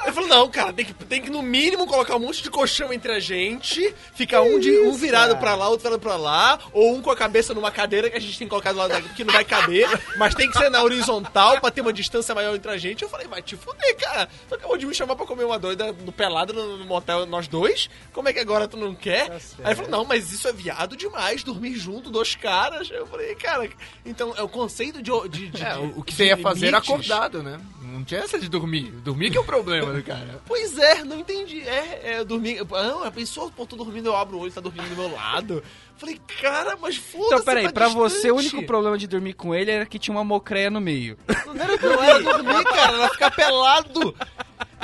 Speaker 3: Ele falou, não, cara, tem que, tem que no mínimo colocar um monte de colchão entre a gente, ficar um, de, um
Speaker 4: isso,
Speaker 3: virado
Speaker 4: cara?
Speaker 3: pra lá, outro virado pra lá, ou um com a cabeça numa cadeira que a gente tem que colocar do lado da, que não vai caber, mas tem que ser na horizontal pra ter uma distância maior entre a gente. Eu falei, vai te fuder, cara. Tu acabou de me chamar pra comer uma doida no pelado no, no motel, nós dois. Como é que agora tu não quer? Aí ele falou, não, mas isso é viado demais, dormir junto, dois caras. Eu falei, cara, então é o conceito de. de, de-
Speaker 5: É, o, o que
Speaker 3: de
Speaker 5: você ia fazer era
Speaker 3: limites.
Speaker 5: acordado, né? Não tinha essa de dormir. Dormir que é o problema do cara.
Speaker 3: Pois é, não entendi. É, é dormir. eu- Ah, eu pensou, pô, tô dormindo, eu abro o olho, tá dormindo do meu lado. Falei, cara, mas foda-se.
Speaker 1: Então, peraí,
Speaker 3: tá
Speaker 1: pra você o
Speaker 3: distante.
Speaker 1: único problema de dormir com ele era que tinha uma mocreia no meio.
Speaker 3: Não era dormir, cara, era ficar pelado.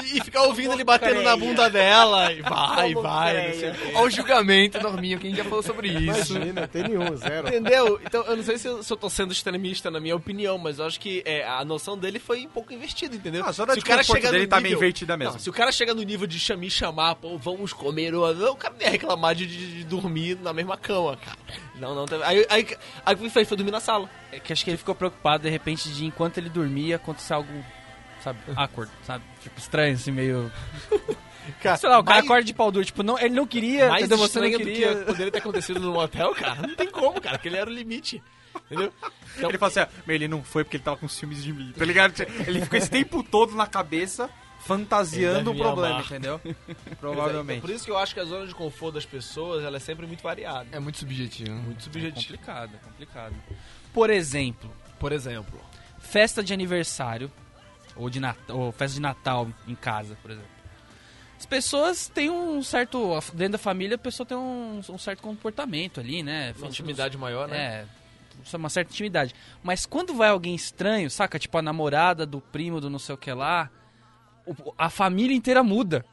Speaker 3: E, e ficar ouvindo ele batendo na bunda dela. E vai, vai, não sei o quê.
Speaker 5: Olha o julgamento, Norminho, quem já falou sobre isso.
Speaker 4: Imagina, tem nenhum, zero.
Speaker 3: Entendeu? Então, eu não sei se eu, se eu tô sendo extremista na minha opinião, mas eu acho que é, a noção dele foi um pouco investida, entendeu?
Speaker 2: Ah, a zona
Speaker 3: se
Speaker 2: de conforto dele tá meio invertida mesmo.
Speaker 3: Não, se o cara chega no nível de chamar chamar, pô, vamos comer, ou- não, o cara não ia reclamar de, de- de dormir na mesma cama, cara. Não, não, teve- aí, aí, aí o que fez? Foi dormir na sala.
Speaker 1: É que acho que ele ficou preocupado, de repente, de enquanto ele dormia, acontecer algo, sabe, awkward, sabe? Tipo, estranho, assim, meio...
Speaker 3: Cara,
Speaker 1: Sei lá, o cara
Speaker 3: mais-
Speaker 1: acorda de pau duro, tipo, não, ele não
Speaker 2: É,
Speaker 1: queria,
Speaker 3: mais
Speaker 1: entendeu? Você não
Speaker 3: estranho do que
Speaker 1: queria...
Speaker 3: poderia ter acontecido no motel, cara. Não tem como, cara, aquele era o limite. Entendeu? Então,
Speaker 2: Ele fala assim, ah, meu, ele não foi porque ele tava com ciúmes de mim, tá ligado? Ele ficou esse tempo todo na cabeça,
Speaker 3: Ele
Speaker 2: fantasiando
Speaker 3: deve
Speaker 2: o
Speaker 3: me
Speaker 2: problema,
Speaker 3: amar.
Speaker 2: entendeu?
Speaker 3: Então,
Speaker 2: Provavelmente.
Speaker 3: por isso que eu acho que a zona de conforto das pessoas ela é sempre muito variada.
Speaker 5: É muito subjetivo.
Speaker 3: Muito subjetiva.
Speaker 1: Complicado, é complicado. Por exemplo,
Speaker 3: Por exemplo.
Speaker 1: festa de aniversário, ou, de Natal, ou festa de Natal em casa, por exemplo. As pessoas têm um certo... Dentro da família, a pessoa tem um, um certo comportamento ali, né?
Speaker 3: Uma intimidade maior, né?
Speaker 1: É, isso é uma certa intimidade. Mas quando vai alguém estranho, saca? Tipo a namorada do primo do não sei o que lá, o- a família inteira muda.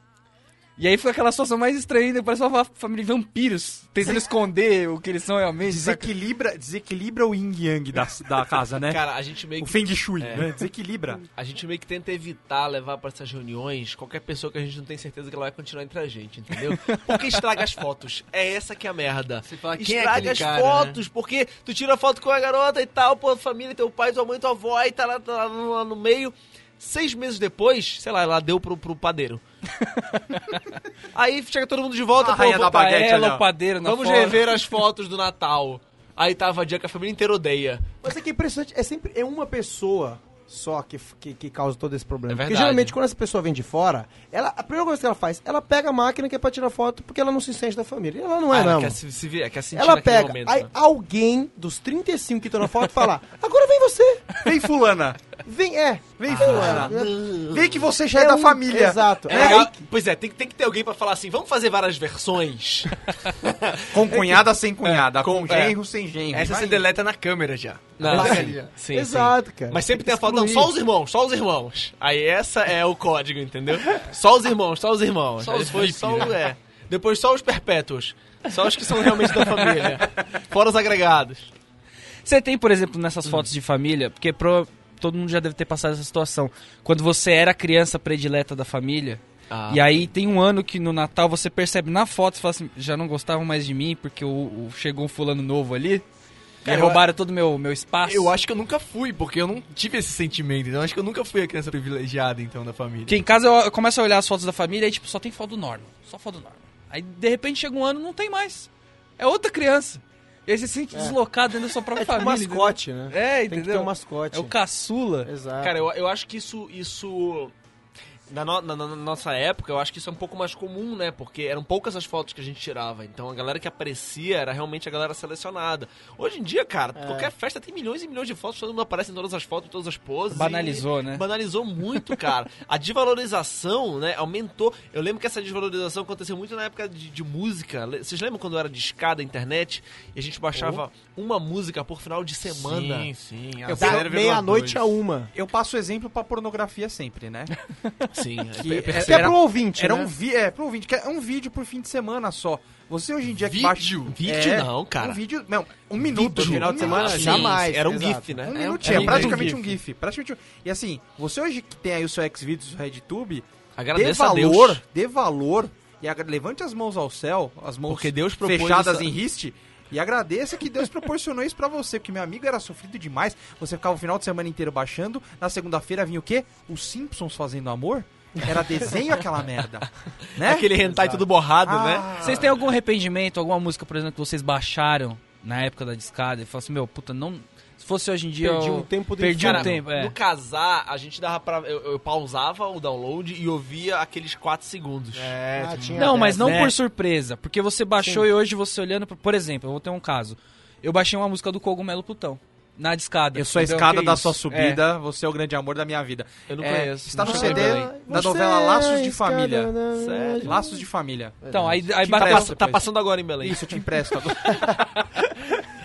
Speaker 1: E aí fica aquela situação mais estranha, ainda, parece uma fa- família de vampiros, tentando esconder o que eles são realmente. saca?
Speaker 2: Desequilibra, desequilibra o yin yang da, da casa, né?
Speaker 3: Cara, a gente meio
Speaker 2: o
Speaker 3: que,
Speaker 2: feng shui,
Speaker 3: É.
Speaker 2: né? Desequilibra.
Speaker 3: a gente meio que tenta evitar levar pra essas reuniões qualquer pessoa que a gente não tem certeza que ela vai continuar entre a gente, entendeu? Porque estraga as fotos. É essa que é a merda.
Speaker 5: Você fala, quem é
Speaker 3: estraga
Speaker 5: aquele
Speaker 3: as
Speaker 5: cara,
Speaker 3: fotos, porque tu tira foto com a garota e tal, pô, família, teu pai, tua mãe, tua avó, e tá lá, tá lá no, lá no meio. Seis meses depois, sei lá, ela deu pro, pro padeiro. Aí chega todo mundo de volta,
Speaker 2: A rainha da
Speaker 3: vou-
Speaker 1: Tá
Speaker 2: baguete ali,
Speaker 1: ela,
Speaker 2: ó.
Speaker 1: o padeiro na
Speaker 3: Vamos
Speaker 1: foto.
Speaker 3: rever as fotos do Natal. Aí tava a dia que a família inteira odeia.
Speaker 4: Mas é que é impressionante, é sempre é uma pessoa só que, que, que causa todo esse problema.
Speaker 3: É
Speaker 4: porque
Speaker 3: verdade.
Speaker 4: geralmente quando essa pessoa vem de fora, ela, a primeira coisa que ela faz, ela pega a máquina que é pra tirar foto porque ela não se sente da família. E Ela não é,
Speaker 3: Ah, ela
Speaker 4: não.
Speaker 3: Quer se, se ver, quer sentir
Speaker 4: Ela
Speaker 3: naquele
Speaker 4: pega,
Speaker 3: momento,
Speaker 4: aí
Speaker 3: né?
Speaker 4: alguém dos 35 que estão na foto fala, agora vem você,
Speaker 2: Vem fulana,
Speaker 4: vem, é, Ah,
Speaker 2: vem fulana. Vem que você já é,
Speaker 4: É
Speaker 2: da
Speaker 4: um-
Speaker 2: família.
Speaker 4: Exato.
Speaker 3: É
Speaker 4: É
Speaker 3: legal.
Speaker 4: aí que-
Speaker 3: Pois é, tem, que- tem que ter alguém pra falar assim, vamos fazer várias versões.
Speaker 2: Com cunhada, sem cunhada.
Speaker 3: É, com-
Speaker 2: com
Speaker 3: é
Speaker 2: genro, sem genro.
Speaker 5: Essa
Speaker 2: Vai
Speaker 5: você
Speaker 2: indo.
Speaker 5: deleta na câmera já.
Speaker 3: Não,
Speaker 5: Larga
Speaker 3: sim,
Speaker 5: ali, ó.
Speaker 3: sim,
Speaker 4: É. Exato,
Speaker 3: sim.
Speaker 4: cara.
Speaker 3: Mas sempre tem a foto, não, só os irmãos, só os irmãos. Aí essa é o código, entendeu? Só os irmãos, só os irmãos.
Speaker 5: Só
Speaker 3: Aí
Speaker 5: os
Speaker 3: Depois
Speaker 5: VIP,
Speaker 3: só, o-
Speaker 5: né?
Speaker 3: é. Depois só os perpétuos. Só os que são realmente da família. Fora os agregados.
Speaker 1: Você tem, por exemplo, nessas fotos de família, porque pro- todo mundo já deve ter passado essa situação. Quando você era a criança predileta da família,
Speaker 3: Ah.
Speaker 1: e aí tem um ano que no Natal você percebe na foto, você fala assim, já não gostavam mais de mim porque o, o- chegou um fulano novo ali. Cara,
Speaker 5: eu-
Speaker 1: roubaram todo o meu, meu espaço.
Speaker 5: Eu acho que eu nunca fui, porque eu não tive esse sentimento. Então eu acho que eu nunca fui a criança privilegiada, então, da família.
Speaker 1: Porque em casa eu, eu começo a olhar as fotos da família e tipo, só tem foto do Norman. Só foto do Norman. Aí de repente chega um ano não tem mais. É outra criança. E aí você se sente deslocado dentro da sua própria
Speaker 4: É tipo
Speaker 1: família.
Speaker 4: mascote, né?
Speaker 1: entendeu? É,
Speaker 4: Tem
Speaker 1: entendeu?
Speaker 4: que ter um mascote.
Speaker 1: É o caçula.
Speaker 4: Exato.
Speaker 3: Cara, eu, eu acho que isso. isso... Na, no- na- na- na nossa época, eu acho que isso é um pouco mais comum, né? Porque eram poucas as fotos que a gente tirava. Então a galera que aparecia era realmente a galera selecionada. Hoje em dia, cara, qualquer festa tem milhões e milhões de fotos, todo mundo aparece em todas as fotos, em todas as poses.
Speaker 1: Banalizou,
Speaker 3: e-
Speaker 1: né?
Speaker 3: Banalizou muito, cara. A desvalorização, né, aumentou. Eu lembro que essa desvalorização aconteceu muito na época de, de música. Le- Vocês lembram quando era de escada a internet e a gente baixava uma música por final de semana?
Speaker 5: Sim, sim.
Speaker 2: Eu fui
Speaker 4: da meia-noite a uma.
Speaker 2: Eu passo exemplo pra pornografia sempre, né?
Speaker 3: Sim,
Speaker 2: Que é-
Speaker 4: Até pro ouvinte,
Speaker 2: Era
Speaker 4: né?
Speaker 2: um vídeo, é, pro ouvinte, que é um vídeo por fim de semana só. Você hoje em dia que
Speaker 5: Vídeo?
Speaker 2: baixa...
Speaker 3: Vídeo
Speaker 2: É,
Speaker 3: não, cara.
Speaker 2: Um vídeo, não, um minuto.
Speaker 4: Vídeo?
Speaker 2: no final de
Speaker 4: Um
Speaker 2: semana,
Speaker 4: minuto.
Speaker 2: sim.
Speaker 4: Jamais,
Speaker 3: Era um
Speaker 4: exato.
Speaker 3: GIF, né?
Speaker 2: Um
Speaker 3: É
Speaker 2: minutinho,
Speaker 1: um
Speaker 2: é
Speaker 1: gif.
Speaker 2: praticamente um GIF. Praticamente um... E assim, você hoje que tem aí o seu Xvideos, o RedTube, dê
Speaker 3: Agradeço a
Speaker 2: valor,
Speaker 3: Deus.
Speaker 2: dê valor e agra- levante as mãos ao céu, as mãos
Speaker 3: Porque Deus propôs
Speaker 2: fechadas
Speaker 3: essa-
Speaker 2: em riste. E agradeça que Deus proporcionou isso pra você, porque meu amigo era sofrido demais. Você ficava o final de semana inteiro baixando. Na segunda-feira vinha o quê? Os Simpsons fazendo amor? Era desenho aquela merda. Né?
Speaker 3: Aquele hentai tudo borrado, né?
Speaker 2: Ah,
Speaker 1: Vocês têm algum arrependimento, alguma música, por exemplo, que vocês baixaram na época da discada e falaram assim, meu, puta, não. Se fosse hoje em dia.
Speaker 4: Perdi
Speaker 1: eu...
Speaker 4: um tempo do
Speaker 1: Perdi um
Speaker 4: inferno.
Speaker 1: tempo, é.
Speaker 3: No casar, a gente dava pra. Eu, eu pausava o download e ouvia aqueles 4 segundos.
Speaker 2: É,
Speaker 4: Ah, tinha
Speaker 1: Não,
Speaker 4: dessa.
Speaker 1: mas não
Speaker 2: né?
Speaker 1: por surpresa. Porque você baixou e hoje você olhando. pra- Por exemplo, eu vou ter um caso. Eu baixei uma música do Cogumelo Plutão. Na discada.
Speaker 2: Eu sou a
Speaker 1: entendeu?
Speaker 2: escada
Speaker 1: Que
Speaker 2: da
Speaker 1: isso?
Speaker 2: sua subida, você é o grande amor da minha vida.
Speaker 3: Eu não
Speaker 2: É,
Speaker 3: conheço.
Speaker 2: Está
Speaker 3: não
Speaker 2: no
Speaker 4: Ah,
Speaker 3: sei
Speaker 2: CD
Speaker 3: também.
Speaker 2: da
Speaker 4: você
Speaker 2: novela Laços
Speaker 4: é
Speaker 2: de
Speaker 4: escada
Speaker 2: Família.
Speaker 4: na-
Speaker 3: Sério?
Speaker 2: Laços de família.
Speaker 1: É. Então, aí, aí
Speaker 3: Tá,
Speaker 1: bateu-
Speaker 3: passa- tá passando agora em Belém.
Speaker 2: Isso, eu te empresto agora.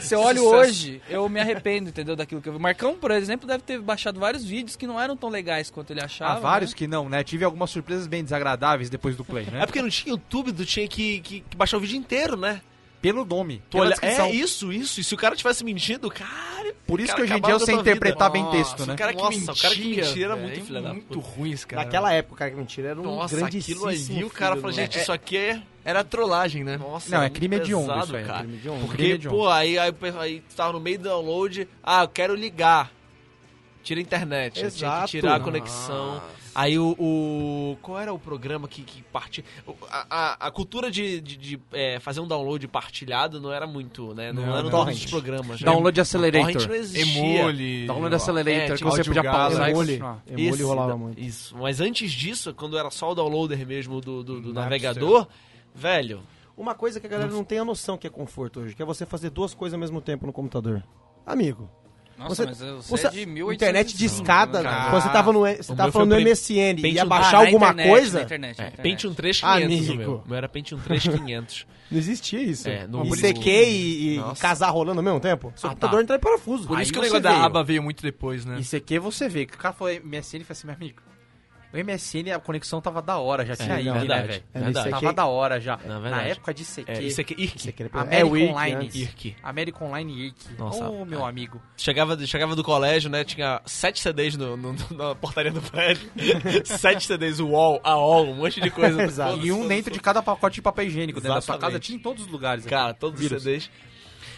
Speaker 1: Se eu olho
Speaker 2: Sucesso.
Speaker 1: hoje, eu me arrependo, entendeu? Daquilo que eu vi. Marcão, por exemplo, deve ter baixado vários vídeos que não eram tão legais quanto ele achava.
Speaker 2: Há Ah, vários
Speaker 1: né?
Speaker 2: que não, né? Tive algumas surpresas bem desagradáveis depois do play,
Speaker 3: É
Speaker 2: né?
Speaker 3: porque não tinha YouTube, tu tinha que, que- que baixar o vídeo inteiro, né?
Speaker 2: Pelo nome,
Speaker 3: Tu
Speaker 2: pela
Speaker 3: olha-
Speaker 2: descrição.
Speaker 3: É isso, isso. E se o cara tivesse mentido, cara.
Speaker 2: Por isso
Speaker 3: cara,
Speaker 2: que hoje em dia
Speaker 3: acabava
Speaker 2: eu sei
Speaker 3: com a tua
Speaker 2: interpretar
Speaker 3: vida.
Speaker 2: bem texto, né?
Speaker 3: o cara que
Speaker 5: Nossa,
Speaker 3: mentia,
Speaker 5: era
Speaker 3: velho,
Speaker 5: muito filha da puta.
Speaker 3: muito
Speaker 5: ruim esse É
Speaker 4: Naquela época, cara, que mentira, era um
Speaker 3: Nossa,
Speaker 4: grandíssimo né?
Speaker 3: aquilo ali, o cara
Speaker 4: filho
Speaker 3: falou,
Speaker 4: do-
Speaker 3: gente, isso aqui é.
Speaker 5: Era trollagem, né?
Speaker 3: Nossa,
Speaker 2: Não,
Speaker 3: era
Speaker 2: é
Speaker 3: muito
Speaker 2: crime hediondo
Speaker 3: pesado,
Speaker 2: isso aí, é
Speaker 3: cara.
Speaker 4: Crime de honra.
Speaker 2: Crime
Speaker 3: Porque,
Speaker 2: hediondo.
Speaker 3: pô, aí, aí, aí tu tava no meio do download, ah, eu quero ligar. Tira a internet, né? tinha que
Speaker 4: Exato.
Speaker 3: tirar a conexão. Aí o, o- Qual era o programa que, que partia. o- A, a- a cultura de, de- de, é, fazer um download partilhado não era muito, né? Não,
Speaker 2: Não,
Speaker 3: eram
Speaker 2: não.
Speaker 3: todos os
Speaker 4: Torrent.
Speaker 3: programas. né?
Speaker 2: Download
Speaker 3: Torrent não
Speaker 2: Accelerator.
Speaker 3: existia.
Speaker 5: Emule.
Speaker 1: Tá
Speaker 2: Download Accelerator,
Speaker 3: É,
Speaker 2: que
Speaker 3: tipo,
Speaker 2: você podia
Speaker 5: Audio Galaxy.
Speaker 2: pausar e
Speaker 4: Emule,
Speaker 2: continuar.
Speaker 4: emule
Speaker 3: Esse,
Speaker 4: É, rolava
Speaker 3: não,
Speaker 4: muito.
Speaker 3: Isso. Mas antes disso, quando era só o downloader mesmo do, do- do navegador, velho.
Speaker 4: Uma coisa que a galera não tem a noção que é conforto hoje, que é você fazer duas coisas ao mesmo tempo no computador. Amigo,
Speaker 1: Nossa,
Speaker 4: Você-
Speaker 1: mas você,
Speaker 4: você-
Speaker 1: é de 1800
Speaker 4: internet
Speaker 1: e-
Speaker 4: discada,
Speaker 1: né, Cara.
Speaker 4: cara. quando você tava no, você
Speaker 3: o meu
Speaker 4: tava
Speaker 3: foi o
Speaker 4: falando no
Speaker 3: prim-
Speaker 4: MSN e ia
Speaker 3: Pentium-
Speaker 4: baixar
Speaker 1: Ah, na
Speaker 4: alguma
Speaker 1: internet,
Speaker 4: coisa,
Speaker 1: Na internet,
Speaker 2: É.
Speaker 1: é. na internet.
Speaker 3: Pentium 3500 o meu.
Speaker 4: Amigo.
Speaker 3: O meu era Pentium 3500.
Speaker 4: não existia isso.
Speaker 3: É, no-
Speaker 4: e
Speaker 3: por
Speaker 4: CQ e, e
Speaker 5: Nossa.
Speaker 4: casar rolando ao mesmo tempo. Seu
Speaker 5: Ah,
Speaker 4: computador
Speaker 5: tá.
Speaker 4: entra em parafuso.
Speaker 5: Por
Speaker 4: Aí
Speaker 5: isso que o
Speaker 4: você
Speaker 5: negócio da
Speaker 4: veio.
Speaker 5: aba veio muito depois, né?
Speaker 2: Isso aqui é você vê, que o cara falou MSN e falou assim, meu amigo, o MSN a conexão tava da hora, já tinha
Speaker 4: não,
Speaker 2: ido, né,
Speaker 3: verdade.
Speaker 2: velho?
Speaker 4: É, no
Speaker 3: Verdade.
Speaker 4: ICQ.
Speaker 2: Tava da hora já.
Speaker 3: Não, é
Speaker 2: Na
Speaker 3: verdade.
Speaker 2: época de CQ,
Speaker 3: É, isso aqui.
Speaker 4: Você
Speaker 3: Irk.
Speaker 4: queria pegar-
Speaker 2: American
Speaker 4: Wiki
Speaker 2: Online.
Speaker 4: É antes.
Speaker 3: Irk.
Speaker 2: American Online Ike.
Speaker 3: né? Nossa, é.
Speaker 2: Ô, meu amigo.
Speaker 3: Chegava, chegava do colégio, né? Tinha sete CDs no, no- no- na portaria do prédio. sete CDs, o UOL, a UOL, um monte de coisa.
Speaker 4: Exato.
Speaker 2: E um dentro de cada pacote de papel higiênico dentro da sua
Speaker 3: Exatamente.
Speaker 2: casa. Tinha em todos os lugares. aqui.
Speaker 3: Cara, todos
Speaker 2: Vírus.
Speaker 3: os CDs.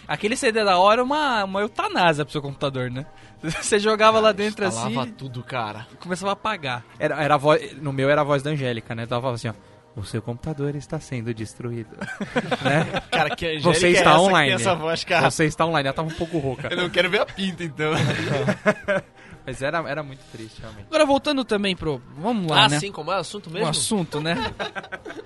Speaker 1: Aquele CD da hora é uma, uma eutanásia pro seu computador, né? Você jogava lá dentro assim
Speaker 3: Instalava tudo, cara.
Speaker 1: e começava a apagar.
Speaker 2: Era, era a voz, no meu era a voz da Angélica, né? Tava falando assim, ó. O seu computador está sendo destruído. né?
Speaker 3: Cara, que Angélica
Speaker 2: Você
Speaker 3: é
Speaker 2: está
Speaker 3: essa que
Speaker 2: online.
Speaker 3: tem essa voz, cara.
Speaker 2: Você está online. Ela tava um pouco rouca.
Speaker 5: Eu não quero ver a pinta, então.
Speaker 2: Mas era, era muito triste, realmente.
Speaker 1: Agora voltando também pro. Vamos lá,
Speaker 3: Ah,
Speaker 1: né?
Speaker 3: sim, como é o assunto
Speaker 1: Um
Speaker 3: mesmo?
Speaker 1: assunto, né?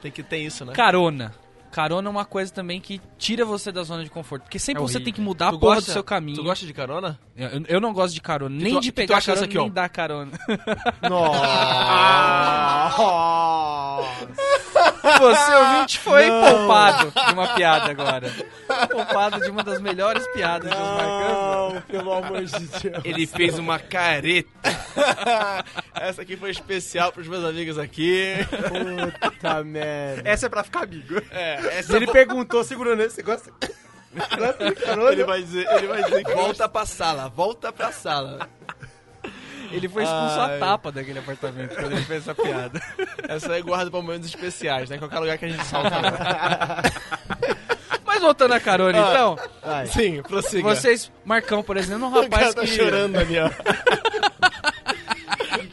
Speaker 3: Tem que ter isso, né?
Speaker 1: Carona. Carona é uma coisa também que tira você da zona de conforto. Porque sempre
Speaker 2: É
Speaker 1: você
Speaker 2: horrível.
Speaker 1: tem que mudar a porra do seu
Speaker 3: Tu
Speaker 1: caminho.
Speaker 3: gosta de carona?
Speaker 1: Eu, eu não gosto de carona. Nem
Speaker 3: tu-
Speaker 1: de
Speaker 3: que tu
Speaker 1: pegar
Speaker 3: acha
Speaker 1: carona,
Speaker 3: dessa aqui, ó?
Speaker 1: nem dar carona.
Speaker 4: Nossa.
Speaker 1: Você ouvinte foi poupado de uma piada agora. Poupado de uma das melhores piadas dos marcantes.
Speaker 4: Não, pelo amor de Deus.
Speaker 5: Ele fez uma careta.
Speaker 3: Essa aqui foi especial pros meus amigos aqui.
Speaker 4: Puta merda.
Speaker 2: Essa é pra ficar amigo.
Speaker 3: É, essa
Speaker 4: Ele perguntou segurando ele, você gosta? Gosta de carona?
Speaker 3: ele vai dizer, ele vai dizer que volta pra sala, volta pra sala.
Speaker 1: Ele foi expulso
Speaker 3: Ai.
Speaker 1: a tapa daquele apartamento quando ele fez essa piada.
Speaker 3: Essa aí guarda pra momentos especiais, né? Qualquer lugar que a gente salta.
Speaker 1: Mas voltando à carona, então.
Speaker 4: Vai.
Speaker 3: Sim, prossiga.
Speaker 1: Vocês, Marcão, por exemplo, é um
Speaker 3: o cara
Speaker 1: rapaz
Speaker 3: tá
Speaker 1: que...
Speaker 3: chorando ali, ó.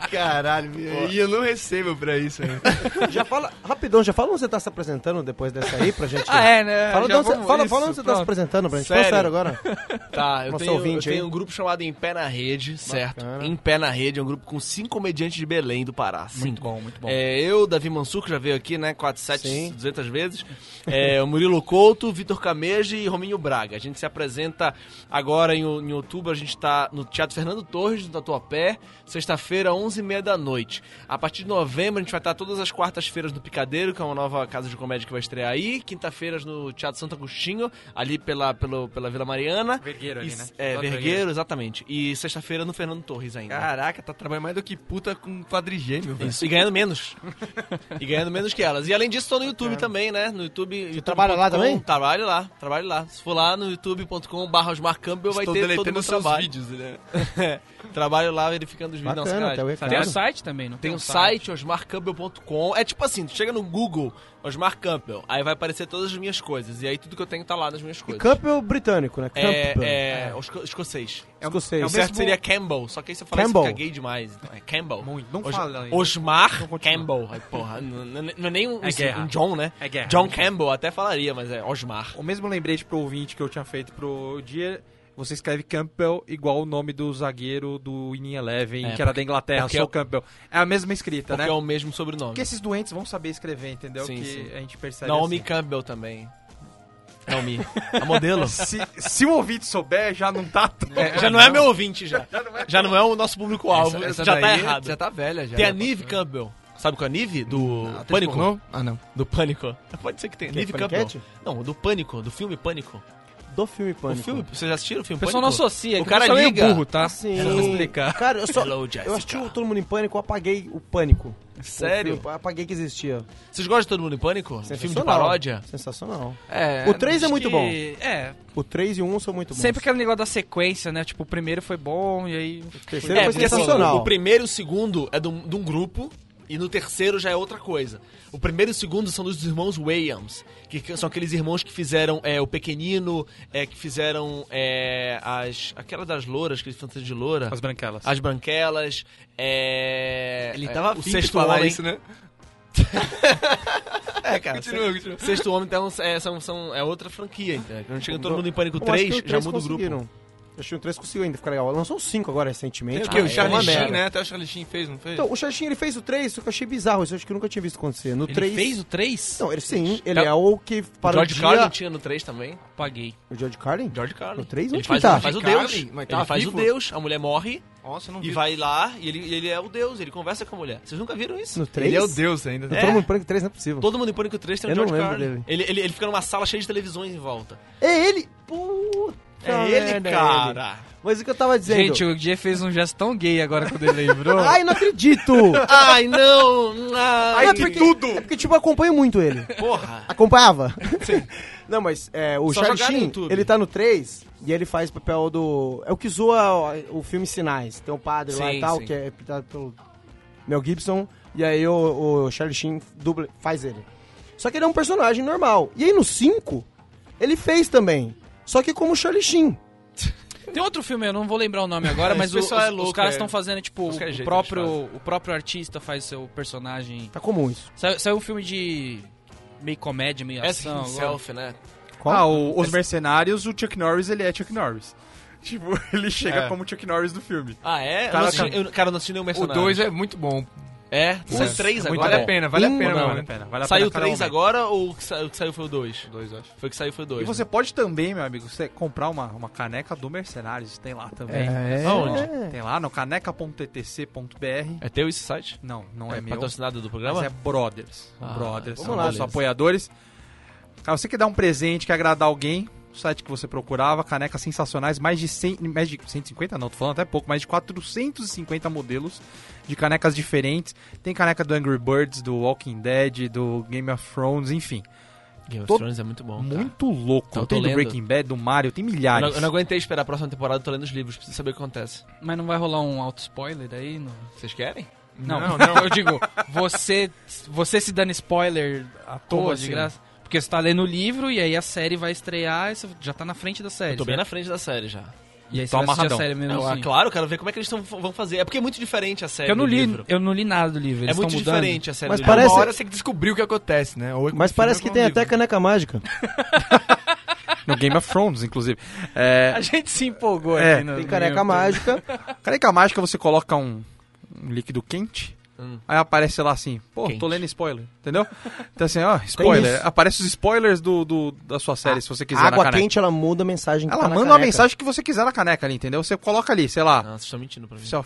Speaker 5: Caralho, e eu não recebo pra isso. Né?
Speaker 4: Já fala, rapidão, já fala onde você tá se apresentando depois dessa aí pra gente.
Speaker 1: Ah, é, né?
Speaker 4: Fala, de
Speaker 1: Já
Speaker 4: onde você,
Speaker 1: vamos-
Speaker 4: fala,
Speaker 1: isso,
Speaker 4: fala onde você tá se
Speaker 1: pronto.
Speaker 4: apresentando pra gente.
Speaker 3: Sério?
Speaker 4: Fala sério agora.
Speaker 3: Tá, eu
Speaker 4: Nosso
Speaker 3: tenho, eu
Speaker 4: ouvinte aí.
Speaker 3: tenho um grupo chamado Em Pé na Rede, certo?
Speaker 4: Bacana.
Speaker 3: Em Pé na Rede, é um grupo com cinco comediantes de Belém do Pará.
Speaker 1: Muito
Speaker 3: Cinco.
Speaker 1: bom, muito bom.
Speaker 3: É, eu, Davi Mansur, que já veio aqui, né? 4, 7,
Speaker 4: Sim.
Speaker 3: 200 vezes. É, o Murilo Couto, Vitor Cameji e Rominho Braga. A gente se apresenta agora em, o- em outubro. A gente tá no Teatro Fernando Torres, no Tatuapé, sexta-feira, 11h30 da noite. A partir de novembro, a gente vai estar todas as quartas-feiras no Picadeiro, que é uma nova casa de comédia que vai estrear aí. Quinta-feiras no Teatro Santo Agostinho, ali pela, pelo, pela Vila Mariana.
Speaker 2: Vergueiro
Speaker 3: E-
Speaker 2: ali, né?
Speaker 3: É,
Speaker 2: Lá do
Speaker 3: Vergueiro, exatamente. E sexta-feira no Fernando Torres ainda.
Speaker 5: Caraca, tá trabalhando mais do que puta com quadrigêmeo, velho.
Speaker 3: Isso, e ganhando menos. e ganhando menos que elas. E além disso, tô no YouTube também, né? No YouTube. YouTube
Speaker 4: trabalha lá também?
Speaker 3: Trabalho lá, trabalho lá. Se for lá no youtube.com.br Osmar Campbell, vai
Speaker 5: Estou
Speaker 3: ter todo o
Speaker 5: deletando
Speaker 3: meu
Speaker 5: seus
Speaker 3: trabalho.
Speaker 5: vídeos, né?
Speaker 3: trabalho lá verificando os vídeos. Não,
Speaker 4: Bacana,
Speaker 3: sacanagem.
Speaker 4: até o
Speaker 1: Tem um
Speaker 4: recado.
Speaker 1: site também, não
Speaker 3: Tem um site, osmarcampbell.com. É tipo assim, tu chega no Google, Osmar Campbell, aí vai aparecer todas as minhas coisas. E aí tudo que eu tenho tá lá nas minhas
Speaker 4: E
Speaker 3: coisas.
Speaker 4: Campbell britânico, né?
Speaker 3: É,
Speaker 4: Campbell.
Speaker 3: é, osco- escocês.
Speaker 4: Escocês.
Speaker 2: é
Speaker 3: O
Speaker 2: o
Speaker 3: certo
Speaker 2: mesmo-
Speaker 3: seria Campbell, só que aí você fala isso,
Speaker 4: Campbell.
Speaker 3: fica gay demais. Então, é Campbell.
Speaker 2: Muito. Não
Speaker 3: Os-
Speaker 2: fala ainda.
Speaker 3: Osmar
Speaker 2: Então continua.
Speaker 3: Campbell. Ai, porra, n- n- não é nem um,
Speaker 2: É guerra.
Speaker 3: um John, né?
Speaker 2: É guerra.
Speaker 3: John Campbell até falaria, mas é Osmar.
Speaker 2: O mesmo lembrete pro ouvinte que eu tinha feito pro dia. Você escreve Campbell igual o nome do zagueiro do Winning Eleven,
Speaker 3: É,
Speaker 2: que era da Inglaterra,
Speaker 3: porque
Speaker 2: só o
Speaker 3: é o-
Speaker 2: Campbell. É a mesma escrita,
Speaker 3: Porque
Speaker 2: né?
Speaker 3: é o mesmo sobrenome.
Speaker 2: Porque esses doentes vão saber escrever, entendeu?
Speaker 3: Sim,
Speaker 2: que
Speaker 3: sim.
Speaker 2: a gente percebe
Speaker 3: Naomi
Speaker 2: assim.
Speaker 3: Campbell também. Naomi. A modelo.
Speaker 2: Se, se o ouvinte souber, já não tá tão...
Speaker 3: É, já não é meu ouvinte, já. Já não é o nosso público-alvo.
Speaker 5: Essa- essa
Speaker 3: Já tá
Speaker 2: é-
Speaker 5: daí
Speaker 3: errado.
Speaker 5: Já tá velha, já.
Speaker 3: Tem a Nive Campbell. Sabe qual é a Nive? Do
Speaker 5: Ah, tem
Speaker 3: Pânico?
Speaker 5: pornô? Ah, não.
Speaker 3: Do Pânico. Pode ser que tenha.
Speaker 4: Que,
Speaker 3: Nive Campbell.
Speaker 4: Paniquete?
Speaker 3: Não, do Pânico. Do filme Pânico.
Speaker 4: Do filme
Speaker 3: O
Speaker 4: Pânico.
Speaker 3: filme, vocês já assistiram o filme
Speaker 1: O pessoal
Speaker 3: Pânico?
Speaker 1: não associa.
Speaker 3: O
Speaker 1: que
Speaker 3: cara
Speaker 1: pessoal é meio
Speaker 3: liga.
Speaker 1: burro, tá?
Speaker 4: Sim.
Speaker 2: Eu vou explicar.
Speaker 4: Cara, eu só.
Speaker 3: Hello,
Speaker 4: eu
Speaker 3: Jessica.
Speaker 4: assisti o Todo Mundo em Pânico, eu apaguei o Pânico. O
Speaker 3: Sério?
Speaker 4: filme, eu apaguei que existia.
Speaker 3: Vocês gostam de Todo Mundo em Pânico? Filme de
Speaker 4: é Sensacional.
Speaker 3: paródia?
Speaker 4: Sensacional.
Speaker 5: É,
Speaker 4: O 3 é muito
Speaker 1: Que-
Speaker 4: bom.
Speaker 1: É,
Speaker 4: O 3 e o 1 são muito bons.
Speaker 1: sempre aquele negócio da sequência, né? Tipo, o primeiro foi bom e aí...
Speaker 4: O terceiro foi
Speaker 3: porque, assim,
Speaker 4: sensacional.
Speaker 3: o primeiro e o segundo é de um, de um grupo. E no terceiro já é outra coisa. O primeiro e o segundo são dos irmãos Williams, que que são aqueles irmãos que fizeram é, o Pequenino, é, que fizeram é, as, aquela das louras, aqueles fantasmas de loura,
Speaker 2: As branquelas.
Speaker 3: as branquelas, é,
Speaker 5: Ele
Speaker 3: é,
Speaker 5: tava
Speaker 3: o
Speaker 5: afim de
Speaker 3: sexto
Speaker 5: falar
Speaker 3: homem.
Speaker 5: isso, né?
Speaker 3: É, cara,
Speaker 5: Continua, continua.
Speaker 3: Sexto Homem então, é, são, são- é outra franquia. Então. Quando chega todo mundo em Pânico
Speaker 4: Eu acho que
Speaker 3: 3, já muda o grupo.
Speaker 4: conseguiram. Eu achei o 3 conseguiu ainda ficar legal. Lançou o 5 agora recentemente.
Speaker 5: Tem o
Speaker 4: que
Speaker 5: que?
Speaker 4: é
Speaker 5: O Charlie
Speaker 4: uma
Speaker 5: Sheen,
Speaker 4: merda.
Speaker 5: né? Até o Charlie Sheen fez, não fez?
Speaker 4: Então, o Xaxim, ele fez o 3, só que eu achei bizarro. Isso eu acho que eu nunca tinha visto acontecer. No 3...
Speaker 1: Ele fez o 3?
Speaker 4: Não, ele sim. Ele é o que
Speaker 3: O
Speaker 4: para o
Speaker 3: George
Speaker 4: dia...
Speaker 3: Carlin tinha no 3 também.
Speaker 1: Paguei.
Speaker 4: O George Carlin?
Speaker 3: George Carlin.
Speaker 4: No três,
Speaker 3: ele
Speaker 4: onde
Speaker 3: faz,
Speaker 4: que tá?
Speaker 3: ele faz o
Speaker 5: George
Speaker 3: Deus.
Speaker 5: Carlin, mas
Speaker 3: ele
Speaker 5: tá
Speaker 3: faz
Speaker 5: vivo?
Speaker 3: o Deus, a mulher morre
Speaker 5: Nossa, eu não
Speaker 3: e
Speaker 5: vi.
Speaker 3: vai lá e ele, ele é o Deus, ele conversa com a mulher. Vocês nunca viram isso?
Speaker 4: No 3?
Speaker 5: Ele é o deus ainda.
Speaker 4: No
Speaker 5: né?
Speaker 4: Todo Mundo em Pânico 3 não é possível.
Speaker 3: Todo mundo em Pânico 3 tem o
Speaker 4: Eu não
Speaker 3: George
Speaker 4: lembro
Speaker 3: Carlin.
Speaker 4: dele.
Speaker 3: Ele, ele, ele fica numa sala cheia de televisões em volta.
Speaker 4: É ele! Puta
Speaker 3: É ele,
Speaker 4: merda, é ele.
Speaker 3: cara.
Speaker 4: Mas o que eu tava dizendo...
Speaker 1: Gente, o Dia fez um gesto tão gay agora quando ele lembrou.
Speaker 4: Ai, não acredito!
Speaker 3: Ai, não. Ai,
Speaker 4: é porque, tudo! É porque, tipo, eu acompanho muito ele.
Speaker 3: porra.
Speaker 4: Acompanhava? Não, mas é, o
Speaker 3: Só
Speaker 4: Charlie
Speaker 3: jogar no
Speaker 4: Sheen,
Speaker 3: YouTube.
Speaker 4: ele tá no 3 e ele faz papel do. É o que zoa o, o filme Sinais. Tem um padre lá
Speaker 3: Sim,
Speaker 4: e tal,
Speaker 3: sim.
Speaker 4: que é pintado pelo Mel Gibson. E aí o, o Charlie Sheen dubla, faz ele. Só que ele é um personagem normal. E aí no 5, ele fez também. Só que como o Charlie Sheen.
Speaker 1: Tem outro filme, eu não vou lembrar o nome agora,
Speaker 3: É,
Speaker 1: mas
Speaker 3: esse
Speaker 1: o- os,
Speaker 3: pessoal é louco,
Speaker 1: os caras
Speaker 3: é.
Speaker 1: estão fazendo, tipo,
Speaker 3: Os caras
Speaker 1: o,
Speaker 3: jeitam,
Speaker 1: próprio, o próprio artista faz seu personagem.
Speaker 4: Tá comum isso.
Speaker 1: Saiu, saiu um filme de meio comédia, meio
Speaker 3: Ask
Speaker 1: ação. Agora.
Speaker 3: himself, É né?
Speaker 4: Qual?
Speaker 2: Ah, o- os mercenários, o Chuck Norris, ele é Chuck Norris. Tipo, ele chega
Speaker 5: É.
Speaker 2: como o Chuck Norris do filme.
Speaker 3: Ah, é? Eu
Speaker 2: Cara,
Speaker 3: não
Speaker 4: assim,
Speaker 3: assisti-
Speaker 2: cara.
Speaker 3: eu- Cara, eu não assisti nenhum
Speaker 5: O
Speaker 3: mercenário.
Speaker 5: 2 é muito bom.
Speaker 3: É? Saiu
Speaker 5: Nossa,
Speaker 3: 3
Speaker 5: é muito-
Speaker 3: agora?
Speaker 5: Vale a pena, vale a pena,
Speaker 2: um Não,
Speaker 5: mano.
Speaker 2: vale a pena. Vale a
Speaker 3: Saiu
Speaker 2: pena cada
Speaker 3: 3
Speaker 2: momento.
Speaker 3: agora ou o que sa- o que saiu foi o 2?
Speaker 5: Dois, eu acho.
Speaker 3: Foi o que saiu foi o 2.
Speaker 2: E você pode também, meu amigo, você comprar uma, uma caneca do Mercenários. Tem lá também.
Speaker 4: É.
Speaker 2: Aonde? Tem lá no caneca.ttc.br.
Speaker 3: É teu esse site?
Speaker 2: Não, não é,
Speaker 3: É,
Speaker 2: meu.
Speaker 3: patrocinado do
Speaker 2: Mas
Speaker 3: programa?
Speaker 2: é Brothers. São
Speaker 3: Ah,
Speaker 2: brothers,
Speaker 4: vamos
Speaker 2: são
Speaker 4: lá,
Speaker 2: nossos
Speaker 4: beleza.
Speaker 2: apoiadores. Cara, você quer dar um presente, quer agradar alguém, o site que você procurava, canecas sensacionais, mais de, 100, mais de 150, não, tô falando até pouco, mais de 450 modelos de canecas diferentes. Tem caneca do Angry Birds, do Walking Dead, do Game of Thrones, enfim.
Speaker 3: Game of
Speaker 2: Todo-
Speaker 3: Thrones é muito bom. cara.
Speaker 2: Muito louco.
Speaker 3: Então, eu tô
Speaker 2: tem do
Speaker 3: lendo.
Speaker 2: Breaking Bad, do Mario, tem
Speaker 3: Eu não,
Speaker 2: milhares.
Speaker 3: eu não aguentei esperar a próxima temporada, tô lendo os livros, preciso saber o que acontece.
Speaker 1: Mas não vai rolar um auto-spoiler aí? Não,
Speaker 3: Vocês querem?
Speaker 1: não,
Speaker 5: Não,
Speaker 1: eu digo, você, você se dando spoiler à toa, de
Speaker 5: assim?
Speaker 1: graça. Porque você tá lendo o livro e aí a série vai estrear e você já tá na frente da série.
Speaker 3: Eu tô bem
Speaker 1: né?
Speaker 3: na frente da série já.
Speaker 1: E aí você
Speaker 2: Tô
Speaker 1: vai assistir a
Speaker 2: amarradão.
Speaker 1: série mesmo
Speaker 3: Não, ah,
Speaker 1: assim.
Speaker 3: claro, quero ver como é que eles tão- vão fazer. É porque é muito diferente a série
Speaker 1: Porque eu não
Speaker 3: do
Speaker 1: li,
Speaker 3: livro.
Speaker 1: eu não li nada do livro.
Speaker 3: É
Speaker 1: Eles
Speaker 3: muito
Speaker 1: tão mudando.
Speaker 3: diferente a série
Speaker 4: Mas
Speaker 3: do
Speaker 4: parece-
Speaker 5: Uma hora você tem que descobrir o que acontece, né? Ou é com
Speaker 4: Mas
Speaker 5: o filme
Speaker 4: parece
Speaker 5: ou
Speaker 4: que
Speaker 5: com
Speaker 4: tem
Speaker 5: o
Speaker 4: até
Speaker 5: livro.
Speaker 4: caneca mágica.
Speaker 2: No Game of Thrones, inclusive. É,
Speaker 1: A gente se empolgou
Speaker 2: É,
Speaker 1: aqui. No,
Speaker 4: Tem
Speaker 1: no
Speaker 4: caneca
Speaker 1: meu-
Speaker 4: mágica.
Speaker 2: Caneca mágica, você coloca um, um líquido quente.
Speaker 3: Hum.
Speaker 2: Aí aparece lá assim, pô,
Speaker 3: Quente.
Speaker 2: tô lendo spoiler, entendeu? Então assim, ó, spoiler.
Speaker 4: isso.
Speaker 2: Aparece os spoilers do, do- da sua série, se você quiser,
Speaker 4: a
Speaker 2: na
Speaker 4: água
Speaker 2: caneca.
Speaker 4: quente, ela muda a mensagem que
Speaker 2: Ela
Speaker 4: tá na
Speaker 2: manda uma
Speaker 4: caneca.
Speaker 2: mensagem que você quiser na caneca ali, entendeu? Você coloca ali, sei lá.
Speaker 3: Não, vocês estão mentindo pra mim.
Speaker 2: sei lá,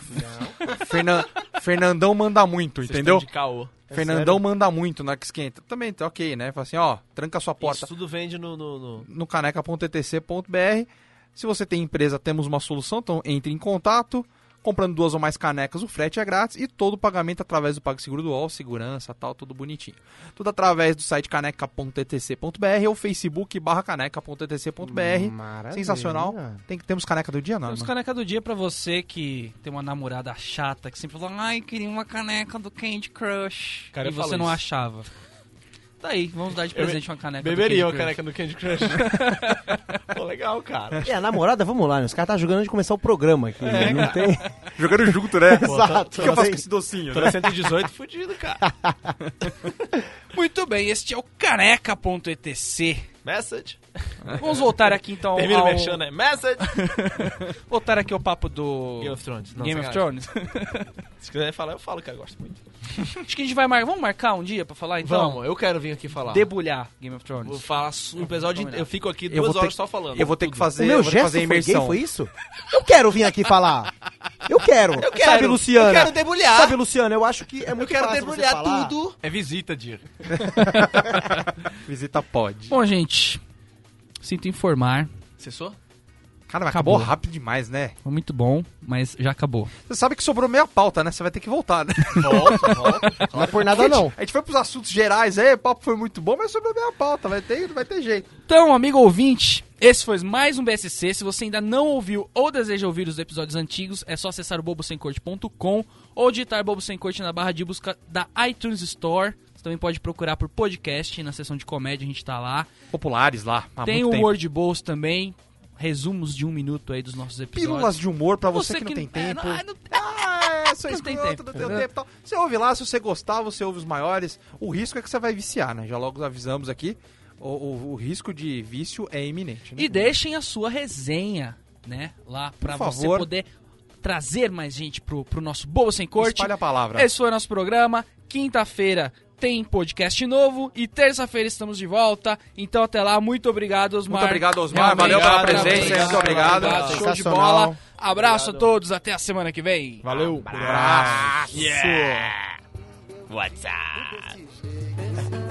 Speaker 2: Fernan- Fernandão manda muito,
Speaker 3: Vocês
Speaker 2: entendeu?
Speaker 3: estão de é caô.
Speaker 2: Fernandão manda muito na que esquenta. Também tá ok, né? Fala assim, ó, tranca sua porta
Speaker 3: Isso tudo vende no... no- no-
Speaker 2: no caneca.ttc.br. Se você tem empresa, temos uma solução, então entre em contato. Comprando duas ou mais canecas, o frete é grátis e todo o pagamento através do PagSeguro do UOL, segurança, tal, tudo bonitinho. Tudo através do site caneca.ttc.br ou facebook barra caneca.ttc.br.
Speaker 4: Maravilha.
Speaker 2: Sensacional. Tem que temos caneca do dia, não? né?
Speaker 1: Temos
Speaker 2: irmão?
Speaker 1: caneca do dia pra você que tem uma namorada chata que sempre falou, ai, queria uma caneca do Candy Crush.
Speaker 3: Cara,
Speaker 1: e
Speaker 3: eu falo
Speaker 1: você não
Speaker 3: isso.
Speaker 1: achava. Tá aí, vamos dar de
Speaker 3: Eu
Speaker 1: presente uma caneca
Speaker 3: Beberia
Speaker 1: do
Speaker 3: uma
Speaker 1: Candy Crush.
Speaker 3: caneca do Candy Crush. Pô, legal, cara.
Speaker 4: E a namorada, vamos lá, né? Os caras tá jogando antes de começar o programa aqui. né? não tem.
Speaker 2: Jogando junto, né?
Speaker 4: Exato.
Speaker 2: O
Speaker 3: Ah,
Speaker 2: que eu faço com esse docinho? né?
Speaker 3: Tô na 118 fudido, cara.
Speaker 1: Muito bem, este é o caneca.etc.
Speaker 3: Message.
Speaker 1: Vamos voltar aqui então
Speaker 3: Termina o
Speaker 1: ao...
Speaker 3: merchan, né? Message.
Speaker 1: Voltar aqui ao papo do...
Speaker 3: Game of Thrones. Não,
Speaker 1: Game of
Speaker 3: sacanagem.
Speaker 1: Thrones.
Speaker 3: Se quiser falar, eu falo, cara. Eu gosto muito.
Speaker 1: Acho que a gente vai marcar. Vamos marcar um dia pra falar então?
Speaker 3: Vamos, eu quero vir aqui falar.
Speaker 1: Debulhar Game of
Speaker 3: Vou
Speaker 1: Thrones.
Speaker 3: falar su- um episódio
Speaker 1: Combinar.
Speaker 3: inteiro. Eu fico aqui
Speaker 2: Eu
Speaker 3: duas
Speaker 2: vou ter
Speaker 3: horas
Speaker 2: que-
Speaker 3: só falando.
Speaker 2: Eu vou ter que fazer,
Speaker 4: O meu
Speaker 2: eu vou ter que
Speaker 4: gesto
Speaker 2: fazer a
Speaker 4: foi gay,
Speaker 2: imersão.
Speaker 4: foi isso? Eu quero vir aqui falar. Eu quero. Eu
Speaker 3: quero.
Speaker 4: Sabe, Luciana?
Speaker 3: Eu quero debulhar.
Speaker 4: Sabe, Luciana, eu acho que é muito
Speaker 3: Eu quero
Speaker 4: fácil você
Speaker 3: debulhar
Speaker 4: falar.
Speaker 3: tudo.
Speaker 5: É visita, Dir.
Speaker 2: Visita pode.
Speaker 1: Bom, gente, sinto informar.
Speaker 3: Cessou?
Speaker 2: Caramba,
Speaker 1: acabou.
Speaker 2: acabou rápido demais, né?
Speaker 1: Foi muito bom, mas já acabou.
Speaker 2: Você sabe que sobrou meia pauta, né? Você vai ter que voltar, né?
Speaker 3: Volta, volta.
Speaker 4: Não é por nada, não.
Speaker 2: A gente foi pros assuntos gerais aí, o papo foi muito bom, mas sobrou meia pauta, vai ter, vai ter jeito.
Speaker 1: Então, amigo ouvinte, esse foi mais um BSC. Se você ainda não ouviu ou deseja ouvir os episódios antigos, é só acessar o bobosemcorte.com ou digitar Bobo Sem Corte na barra de busca da iTunes Store. Você também pode procurar por podcast na seção de comédia, a gente tá lá.
Speaker 2: Populares lá, há
Speaker 1: Tem
Speaker 2: muito
Speaker 1: um o
Speaker 2: tempo.
Speaker 1: Word Bowls também, resumos de um minuto aí dos nossos episódios.
Speaker 2: Pílulas de humor pra você, que não tem
Speaker 1: é,
Speaker 2: tempo.
Speaker 1: não- é, não-
Speaker 2: Ah, é, sou
Speaker 1: Não tem
Speaker 2: escroto, não
Speaker 1: tempo,
Speaker 2: tenho
Speaker 1: né?
Speaker 2: tempo e tal. Você ouve lá, se você gostar, você ouve os maiores. O risco é que você vai viciar, né? Já logo avisamos aqui. O, o- o risco de vício é iminente. Né?
Speaker 1: E deixem a sua resenha, né? Lá pra
Speaker 2: Por
Speaker 1: você
Speaker 2: favor.
Speaker 1: poder trazer mais gente pro, pro nosso Bobo Sem Corte. É
Speaker 2: Espalha a palavra.
Speaker 1: Esse foi o nosso programa. Quinta-feira tem podcast novo e terça-feira estamos de volta. Então até lá, muito obrigado, Osmar.
Speaker 2: Muito obrigado, Osmar.
Speaker 1: Realmente,
Speaker 2: Valeu pela
Speaker 1: obrigado,
Speaker 2: presença. muito obrigado.
Speaker 1: Show de
Speaker 4: Sensacional.
Speaker 1: bola. Abraço a todos, até a semana que vem.
Speaker 5: Valeu.
Speaker 2: Abraço.
Speaker 6: What's up?